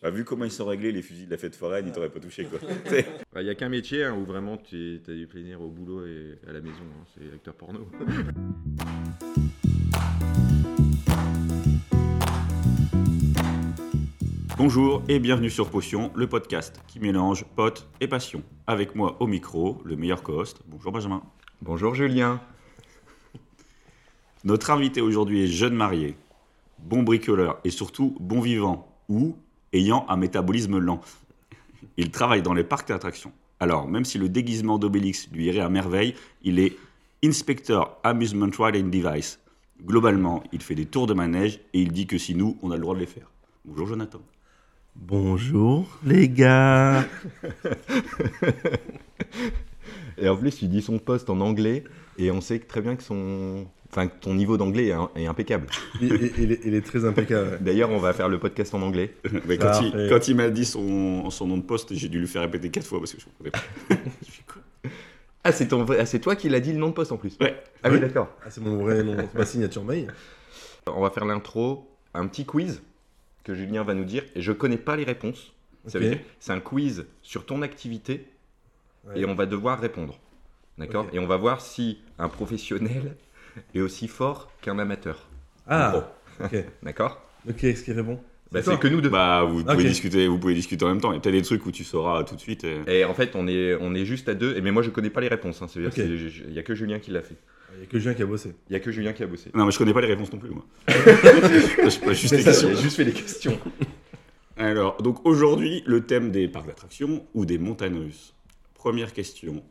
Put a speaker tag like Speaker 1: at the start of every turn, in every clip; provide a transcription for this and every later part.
Speaker 1: Bah, vu comment ils sont réglés, les fusils de la fête foraine, ils t'auraient pas touché. Quoi. T'sais.
Speaker 2: Il n'y a qu'un métier hein, où vraiment tu as du plaisir au boulot et à la maison, hein, c'est acteur porno.
Speaker 1: Bonjour et bienvenue sur Potion, le podcast qui mélange potes et passion. Avec moi au micro, le meilleur co-host. Bonjour Benjamin.
Speaker 2: Bonjour Julien.
Speaker 1: Notre invité aujourd'hui est jeune marié, bon bricoleur et surtout bon vivant ou ayant un métabolisme lent. Il travaille dans les parcs d'attractions. Alors, même si le déguisement d'Obélix lui irait à merveille, il est inspecteur amusement ride and device. Globalement, il fait des tours de manège et il dit que si nous, on a le droit de les faire. Bonjour Jonathan.
Speaker 3: Bonjour les gars.
Speaker 2: Et en plus, il dit son poste en anglais et on sait très bien que son. Enfin, que ton niveau d'anglais est im- est impeccable.
Speaker 3: il, il- il est, il est très impeccable.
Speaker 2: D'ailleurs, on va faire le podcast en anglais.
Speaker 1: Mais quand, il,
Speaker 3: Parfait.
Speaker 1: quand il m'a dit son, son nom de poste, j'ai dû lui faire répéter quatre fois parce que je comprenais pas.
Speaker 2: Ah, c'est ton vrai- ah, c'est toi qui l'as dit le nom de poste en plus.
Speaker 1: Ouais.
Speaker 2: Ah oui,
Speaker 3: Oui.
Speaker 2: d'accord.
Speaker 3: Ah, c'est mon vrai nom, c'est ma signature mail.
Speaker 2: On va faire l'intro, un petit quiz que Julien va nous dire. Et je connais pas les réponses. Ça veut
Speaker 3: Ok.
Speaker 2: dire, c'est un quiz sur ton activité
Speaker 3: Ouais.
Speaker 2: et on va devoir répondre. D'accord
Speaker 3: Ok.
Speaker 2: Et on va voir si un professionnel est aussi fort qu'un amateur.
Speaker 3: Ah, ok.
Speaker 2: D'accord
Speaker 3: Ok, ce qui répond.
Speaker 2: Bah,
Speaker 3: toi.
Speaker 2: C'est que nous deux.
Speaker 1: Bah, vous pouvez,
Speaker 3: Ok.
Speaker 1: discuter, vous pouvez discuter en même temps. Il y a peut-être des trucs où tu sauras tout de suite. et-
Speaker 2: Et en fait, on est, on est juste à deux. Et mais moi, je connais pas les réponses. hein. C'est-à-dire
Speaker 3: Ok.
Speaker 2: que c'est- il y a que Julien qui l'a fait.
Speaker 3: Il n'y a que Julien qui a bossé.
Speaker 2: Il y a que Julien qui a bossé.
Speaker 1: Non, mais je connais pas les réponses non plus, moi. je sais pas, juste les
Speaker 2: C'est ça,
Speaker 1: questions.
Speaker 2: il a juste fait les questions.
Speaker 1: Alors, donc aujourd'hui, le thème des parcs d'attractions ou des montagnes russes. Première question.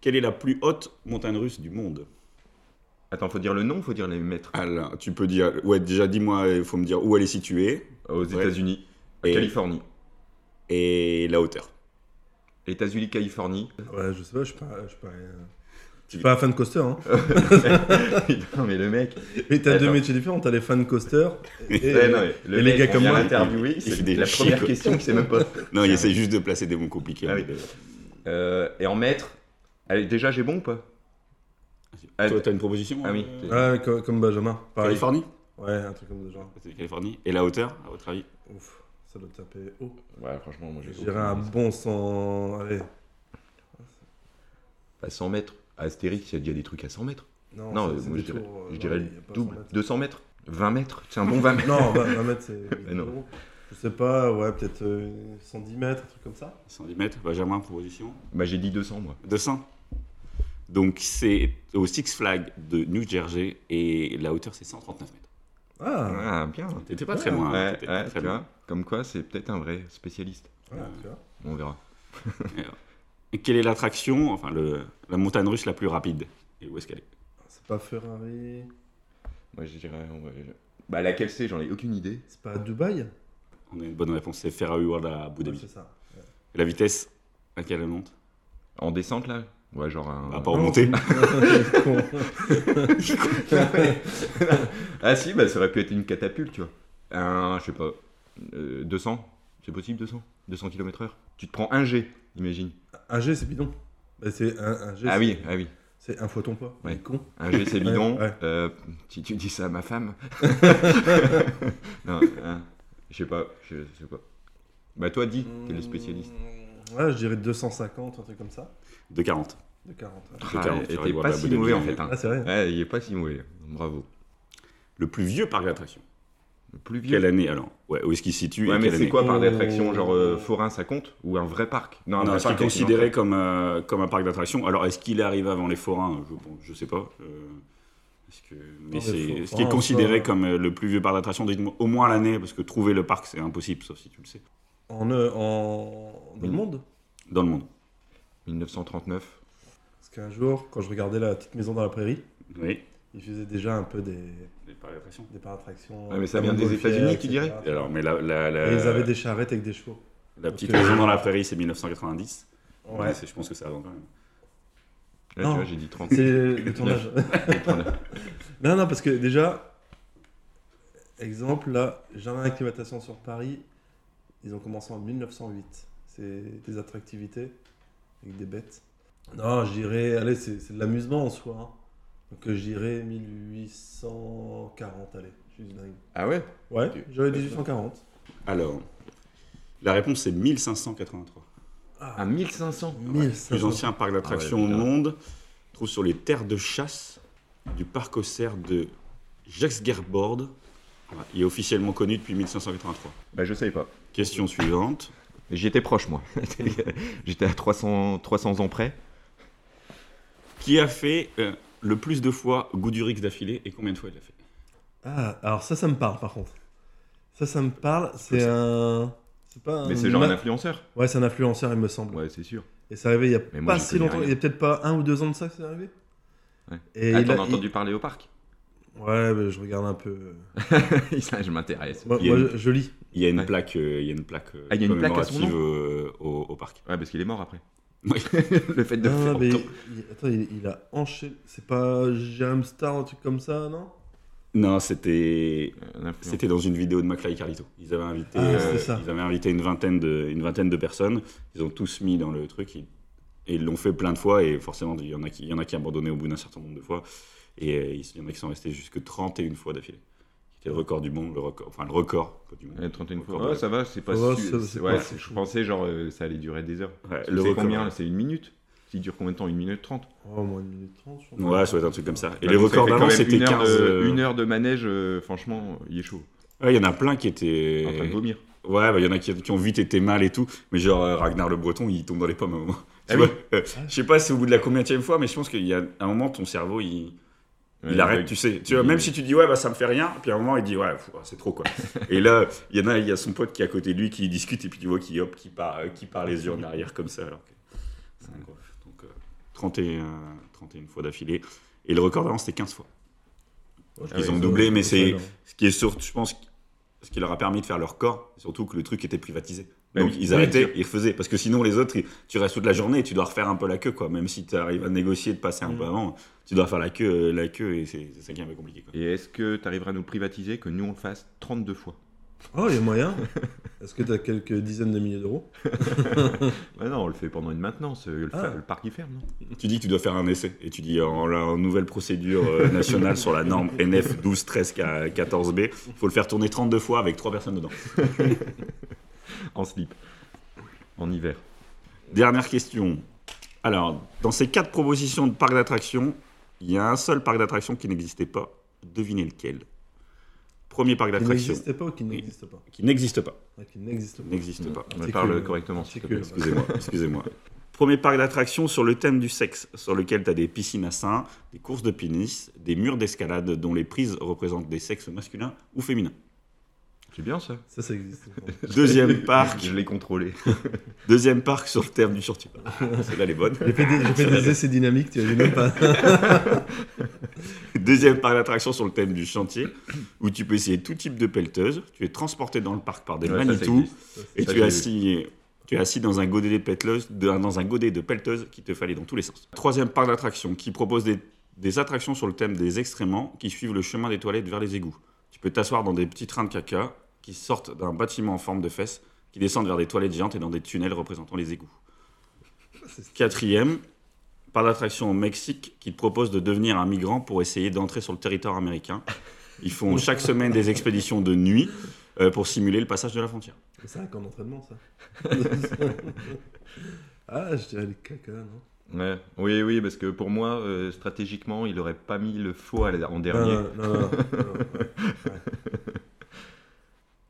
Speaker 1: Quelle est la plus haute montagne russe du monde
Speaker 2: Attends, faut dire le nom, faut dire les mètres.
Speaker 1: Alors, tu peux dire... Ouais, déjà, dis-moi, il faut me dire où elle est située
Speaker 2: Aux
Speaker 1: Ouais.
Speaker 2: États-Unis, à
Speaker 1: et,
Speaker 2: Californie.
Speaker 1: et la hauteur.
Speaker 2: États-Unis, Californie.
Speaker 3: Ouais, je sais pas, je suis pas, je suis pas, euh, je suis pas un fan coaster. Hein.
Speaker 2: Euh, Putain, mais le mec.
Speaker 3: Mais t'as deux
Speaker 2: Attends.
Speaker 3: métiers différents. T'as les fan coaster et,
Speaker 2: Ouais, non, mais le
Speaker 3: et les
Speaker 2: mec
Speaker 3: gars
Speaker 2: qu'on
Speaker 3: comme
Speaker 2: vient
Speaker 3: moi,
Speaker 2: d'interviewer,
Speaker 1: il- il
Speaker 2: c'est
Speaker 1: fait des
Speaker 2: la
Speaker 1: chiffres.
Speaker 2: première question, c'est même pas.
Speaker 1: Non, il essaie juste de placer des mots compliqués.
Speaker 2: Ah oui. Euh, et en mètres. Allez, déjà, j'ai bon ou pas Ah,
Speaker 1: Toi, t'as une proposition
Speaker 2: ah oui.
Speaker 1: euh,
Speaker 3: Ouais, co- comme Benjamin. Pareil.
Speaker 1: Californie
Speaker 3: Ouais, un truc comme ça. Genre.
Speaker 1: C'est Californie. Et la hauteur, à votre avis
Speaker 3: Ouf, ça doit taper haut.
Speaker 2: Ouais, franchement, moi
Speaker 3: Je
Speaker 2: j'ai.
Speaker 3: dirais un bon 100. Allez.
Speaker 2: À 100 Bah, mètres. À Astérix, il y a déjà des trucs à 100 mètres.
Speaker 3: ça,
Speaker 2: Non, euh,
Speaker 3: c'est
Speaker 2: moi
Speaker 3: des
Speaker 2: je dirais,
Speaker 3: tours, euh,
Speaker 2: je
Speaker 3: non,
Speaker 2: dirais
Speaker 3: il y a pas
Speaker 2: double.
Speaker 3: 100 mètres.
Speaker 2: 200 mètres 20 mètres C'est un bon 20 mètres.
Speaker 3: Non, 20 mètres, c'est.
Speaker 2: Mais non.
Speaker 3: Je sais pas, ouais, peut-être euh, 110 mètres, un truc comme ça.
Speaker 1: 110 mètres. Benjamin, proposition
Speaker 2: Bah, j'ai dit 200, moi.
Speaker 1: 200. Donc c'est au Six Flags de New Jersey et la hauteur c'est 139 mètres.
Speaker 3: Ah,
Speaker 2: Ah, bien.
Speaker 1: T'étais pas
Speaker 3: Ouais,
Speaker 1: très loin. hein,
Speaker 2: Ouais,
Speaker 1: t'étais pas
Speaker 2: ouais,
Speaker 1: très
Speaker 2: tu
Speaker 1: loin.
Speaker 2: vois, comme quoi c'est peut-être un vrai spécialiste.
Speaker 3: voilà, tu vois.
Speaker 2: On verra.
Speaker 1: Et quelle est l'attraction, enfin le, la montagne russe la plus rapide Et où est-ce qu'elle est
Speaker 3: C'est pas Ferrari,
Speaker 2: Moi, je dirais. on va- je- Bah, laquelle c'est J'en ai aucune idée.
Speaker 3: c'est pas Dubaï
Speaker 1: On a une bonne réponse, c'est Ferrari World à Abu
Speaker 3: Ouais,
Speaker 1: Dhabi.
Speaker 3: C'est ça.
Speaker 1: Et la vitesse à laquelle elle monte
Speaker 2: En descente, là Ouais, genre un.
Speaker 1: Bah, pas en montée.
Speaker 3: Con.
Speaker 2: Ah, si, bah, ça aurait pu être une catapulte, tu vois. Un, je sais pas. euh, 200 C'est possible, 200 200 km/h Tu te prends un G, imagine.
Speaker 3: un G, c'est bidon. Bah, c'est un, un G,
Speaker 2: Ah
Speaker 3: c'est-
Speaker 2: oui, ah oui.
Speaker 3: c'est un fois ton poids.
Speaker 2: Ouais.
Speaker 3: Il est con.
Speaker 2: Un G, c'est bidon.
Speaker 3: Ouais, ouais.
Speaker 2: Euh, si tu dis ça à ma femme. non, hein, je sais pas. Je sais pas. Bah, toi, dis, t'es le spécialiste.
Speaker 3: Mmh, Ouais, je dirais 250, un truc comme ça.
Speaker 1: De 40.
Speaker 3: De 40. ouais.
Speaker 1: Le terrain,
Speaker 2: Ah,
Speaker 1: faire
Speaker 2: t'es
Speaker 1: voir
Speaker 2: pas
Speaker 1: la
Speaker 2: si
Speaker 1: Bouddha
Speaker 2: mauvais en
Speaker 1: Mille.
Speaker 2: fait. hein.
Speaker 3: Ah, c'est vrai.
Speaker 2: Ouais, il est pas si mauvais. Bravo.
Speaker 1: Le plus vieux parc d'attraction.
Speaker 2: Le plus vieux.
Speaker 1: Quelle année alors Ouais, où est-ce qu'il se situe
Speaker 2: Ouais,
Speaker 1: et
Speaker 2: mais
Speaker 1: quelle
Speaker 2: c'est
Speaker 1: année
Speaker 2: quoi par
Speaker 3: Oh.
Speaker 2: d'attraction Genre euh, forain, ça compte Ou un vrai parc un
Speaker 1: Non,
Speaker 2: vrai
Speaker 1: est-ce qu'il est
Speaker 2: parc avec une
Speaker 1: considéré comme, euh, comme un parc d'attractions Alors, est-ce qu'il est arrivé avant les forains Je bon, je sais pas. euh, est-ce que... Mais
Speaker 3: les
Speaker 1: c'est
Speaker 3: fo-
Speaker 1: ce qui est
Speaker 3: forains,
Speaker 1: considéré
Speaker 3: ça-
Speaker 1: comme euh, le plus vieux parc d'attraction, dites-moi au moins l'année, parce que trouver le parc, c'est impossible, sauf si tu le sais,
Speaker 3: En, euh, en... Dans le
Speaker 2: Mmh.
Speaker 3: monde
Speaker 1: dans le monde.
Speaker 2: enceinte. 1939.
Speaker 3: Parce qu'un jour, quand je regardais la petite maison dans la prairie,
Speaker 1: Oui,
Speaker 3: ils faisaient déjà un peu des,
Speaker 1: les parcs d'attraction.
Speaker 3: des parattractions.
Speaker 2: Ouais, mais ça vient des États-Unis, tu dirais
Speaker 1: Et Alors, euh, mais la, la, la-
Speaker 3: Et ils avaient des charrettes avec des chevaux.
Speaker 1: la petite
Speaker 3: parce que-
Speaker 1: maison dans la prairie, c'est 1990.
Speaker 3: Ouais.
Speaker 1: Ouais, c'est- je pense que c'est avant quand même.
Speaker 2: Là,
Speaker 3: Non.
Speaker 2: tu vois, j'ai dit 30.
Speaker 3: C'est le tournage. non, non, parce que déjà, exemple, là, jardin d'acclimatation sur Paris, ils ont commencé en 1908. C'est des attractivités avec des bêtes. Non, je dirais, allez, c'est c'est de l'amusement en soi. hein. Donc euh, je dirais 1840, allez, je suis dingue.
Speaker 2: Ah ouais
Speaker 3: Ouais, j'aurais 1840.
Speaker 1: Alors, La réponse est 1583.
Speaker 3: Ah,
Speaker 1: Ah,
Speaker 2: À 1500
Speaker 1: Le plus
Speaker 3: 1500.
Speaker 1: ancien parc d'attractions
Speaker 2: Ah ouais,
Speaker 1: au
Speaker 2: putain.
Speaker 1: monde trouve sur les terres de chasse du parc ossaire de Gerborg. Il est officiellement connu depuis 1583.
Speaker 2: Bah, je savais pas.
Speaker 1: Question suivante.
Speaker 2: Mais J'y étais proche, moi. J'étais à 300, 300 ans près.
Speaker 1: Qui a fait euh, le plus de fois Goudurix d'affilée et combien de fois il l'a fait
Speaker 3: Ah, alors ça, ça me parle par contre. Ça, ça me parle. C'est un. C'est pas un.
Speaker 2: Mais c'est genre
Speaker 3: Euh, ma-
Speaker 2: un influenceur.
Speaker 3: Ouais, c'est un influenceur, il me semble.
Speaker 2: Ouais, c'est sûr.
Speaker 3: Et c'est arrivé il y a
Speaker 2: Mais moi,
Speaker 3: pas
Speaker 2: j'y
Speaker 3: si
Speaker 2: connais
Speaker 3: longtemps.
Speaker 2: rien.
Speaker 3: Il y a peut-être pas un ou deux ans de ça que c'est arrivé.
Speaker 2: Ouais.
Speaker 1: Ah,
Speaker 3: Et
Speaker 2: Attends,
Speaker 3: il a-
Speaker 2: on a entendu parler au parc.
Speaker 3: il- Ouais, mais je regarde un peu.
Speaker 2: Ça, je m'intéresse.
Speaker 3: Moi,
Speaker 1: Il y a
Speaker 3: moi,
Speaker 1: une-
Speaker 3: je, je lis.
Speaker 1: Il y a une
Speaker 2: Ouais.
Speaker 1: plaque, euh, il y a une plaque euh,
Speaker 2: Ah, il y a une plaque à son nom
Speaker 1: commémorative euh, au, au parc.
Speaker 2: Ouais, parce qu'il est mort après.
Speaker 1: Oui.
Speaker 2: le fait de
Speaker 3: Ah,
Speaker 2: faire
Speaker 3: mais
Speaker 2: autant.
Speaker 3: il- Attends, il, il a enchaîné. C'est pas Jérém Star, un truc comme ça, non
Speaker 1: Non, c'était
Speaker 2: Un influenceur.
Speaker 1: C'était dans une vidéo de McFly et Carlito. Ils avaient invité,
Speaker 3: Ah,
Speaker 1: euh,
Speaker 3: c'est ça.
Speaker 1: ils avaient invité une, vingtaine de, une vingtaine de personnes. Ils ont tous mis dans le truc. Ils- Et ils l'ont fait plein de fois. Et forcément, il y en a qui, il y en a qui abandonné au bout d'un certain nombre de fois. Et euh, il y en a qui sont restés jusque 31 fois d'affilée. C'était le record du monde, le record, enfin le record pas du monde.
Speaker 2: Ouais, 31 fois.
Speaker 1: Encore
Speaker 2: Ouais, ça va, c'est pas
Speaker 3: Ouais,
Speaker 2: su-
Speaker 3: ça,
Speaker 2: c'est-
Speaker 3: c'est
Speaker 2: ouais,
Speaker 3: pas
Speaker 2: c'est-
Speaker 3: fou.
Speaker 2: Je pensais, genre, euh, ça allait durer des heures.
Speaker 1: Ouais,
Speaker 2: Parce que
Speaker 1: le
Speaker 2: c'est
Speaker 1: record.
Speaker 2: combien là C'est une minute Il dure combien de temps Une minute trente
Speaker 3: Oh, moins une minute trente, je crois.
Speaker 1: Ouais, ça doit être un truc comme ça. Et
Speaker 2: Bah,
Speaker 1: les
Speaker 2: donc, ça
Speaker 1: records
Speaker 2: fait quand
Speaker 1: d'avant,
Speaker 2: même
Speaker 1: c'était
Speaker 2: une heure
Speaker 1: 15.
Speaker 2: de-
Speaker 1: euh,
Speaker 2: Une heure de manège, euh, franchement, il est chaud.
Speaker 1: ouais, il y en a plein qui étaient.
Speaker 2: En train de vomir.
Speaker 1: Ouais, bah, il y en a qui, qui ont vite été mal et tout, mais genre euh, Ragnar le Breton, il tombe dans les pommes à un moment.
Speaker 2: Ah
Speaker 1: Tu
Speaker 2: oui.
Speaker 1: vois, euh, je sais pas c'est au bout de la combienième fois, mais je pense qu'il y a un moment ton cerveau il,
Speaker 2: Ouais,
Speaker 1: il arrête,
Speaker 2: bug.
Speaker 1: tu sais. Tu vois, même si tu dis ouais bah ça me fait rien, puis à un moment il dit ouais pff, c'est trop quoi. et là il y en a il y a son pote qui est à côté de lui qui discute et puis tu vois qui hop qui part euh, qui part les yeux en arrière comme ça alors que c'est un gros. Donc euh, 31 31 fois d'affilée et le record d'avant c'était 15 fois.
Speaker 3: Ouais,
Speaker 1: Ils
Speaker 2: ouais,
Speaker 1: ont
Speaker 2: ça,
Speaker 1: doublé
Speaker 3: ouais,
Speaker 1: mais
Speaker 3: ça,
Speaker 1: c'est
Speaker 3: non.
Speaker 1: ce qui est sûr je pense ce qui leur a permis de faire leur corps, surtout que le truc était privatisé.
Speaker 2: Bah
Speaker 1: Donc
Speaker 2: oui,
Speaker 1: ils
Speaker 2: oui,
Speaker 1: arrêtaient,
Speaker 2: bien
Speaker 1: ils refaisaient. Parce que sinon, les autres, ils- tu restes toute la journée et tu dois refaire un peu la queue, quoi. Même si tu arrives à négocier de passer un
Speaker 3: Mm.
Speaker 1: peu avant, tu dois faire la queue, euh, la queue et c'est c'est ça qui est un peu compliqué, quoi.
Speaker 2: Et est-ce que tu arriveras à nous privatiser que nous on le fasse 32 fois
Speaker 3: Oh, il y a moyen. Est-ce que t'as quelques dizaines de milliers d'euros
Speaker 2: Ouais, Ah non, on le fait pendant une maintenance. euh, Le, fa-
Speaker 3: Ah.
Speaker 2: le parc il ferme, non
Speaker 1: Tu dis que tu dois faire un essai et tu dis euh, en, la- en nouvelle procédure euh, nationale sur la norme NF 12 13 14B, faut le faire tourner 32 fois avec trois personnes dedans.
Speaker 2: En slip. En hiver.
Speaker 1: Dernière question. Alors, dans ces quatre propositions de parc d'attractions, il y a un seul parc d'attractions qui n'existait pas. Devinez lequel Premier parc
Speaker 3: Qui
Speaker 1: d'attractions
Speaker 3: n'existait pas ou qui n'existe pas
Speaker 1: qui n'existe pas.
Speaker 3: Ah, Qui n'existe pas.
Speaker 1: N'existe pas.
Speaker 2: On
Speaker 3: C'est
Speaker 2: parle
Speaker 3: cool.
Speaker 2: correctement, s'il te
Speaker 3: C'est
Speaker 2: plaît.
Speaker 3: cool.
Speaker 1: Excusez-moi, excusez-moi. Premier parc d'attractions sur le thème du sexe, sur lequel tu as des piscines à seins, des courses de pénis, des murs d'escalade dont les prises représentent des sexes masculins ou féminins.
Speaker 2: C'est bien ça.
Speaker 3: Ça, ça existe.
Speaker 1: Deuxième parc,
Speaker 2: Je l'ai contrôlé.
Speaker 1: deuxième parc sur le thème du sortie. C'est là les bonnes.
Speaker 3: J'ai fait des, j'ai fait des essais dynamiques, tu imagines même pas.
Speaker 1: Deuxième parc d'attraction sur le thème du chantier, où tu peux essayer tout type de pelleteuse. Tu es transporté dans le parc par des
Speaker 2: Ouais, ça, ça
Speaker 1: Manitou
Speaker 2: existe.
Speaker 1: et
Speaker 2: Ça,
Speaker 1: tu es,
Speaker 2: j'ai
Speaker 1: assis, tu es assis dans un godet de pelleteuse, de- dans un godet de pelleteuse qui te fallait dans tous les sens. Troisième parc d'attraction qui propose des, des attractions sur le thème des excréments qui suivent le chemin des toilettes vers les égouts. Tu peux t'asseoir dans des petits trains de caca qui sortent d'un bâtiment en forme de fesses, qui descendent vers des toilettes géantes et dans des tunnels représentant les égouts. Quatrième, par l'attraction au Mexique qui te propose de devenir un migrant pour essayer d'entrer sur le territoire américain. Ils font chaque semaine des expéditions de nuit euh, pour simuler le passage de la frontière.
Speaker 3: C'est un camp d'entraînement, ça. ah, je dirais le caca, non
Speaker 2: Ouais. Oui, oui, parce que pour moi, euh, stratégiquement, il aurait pas mis le faux à la- en dernier.
Speaker 3: Non, non, non. non, non, ouais, ouais.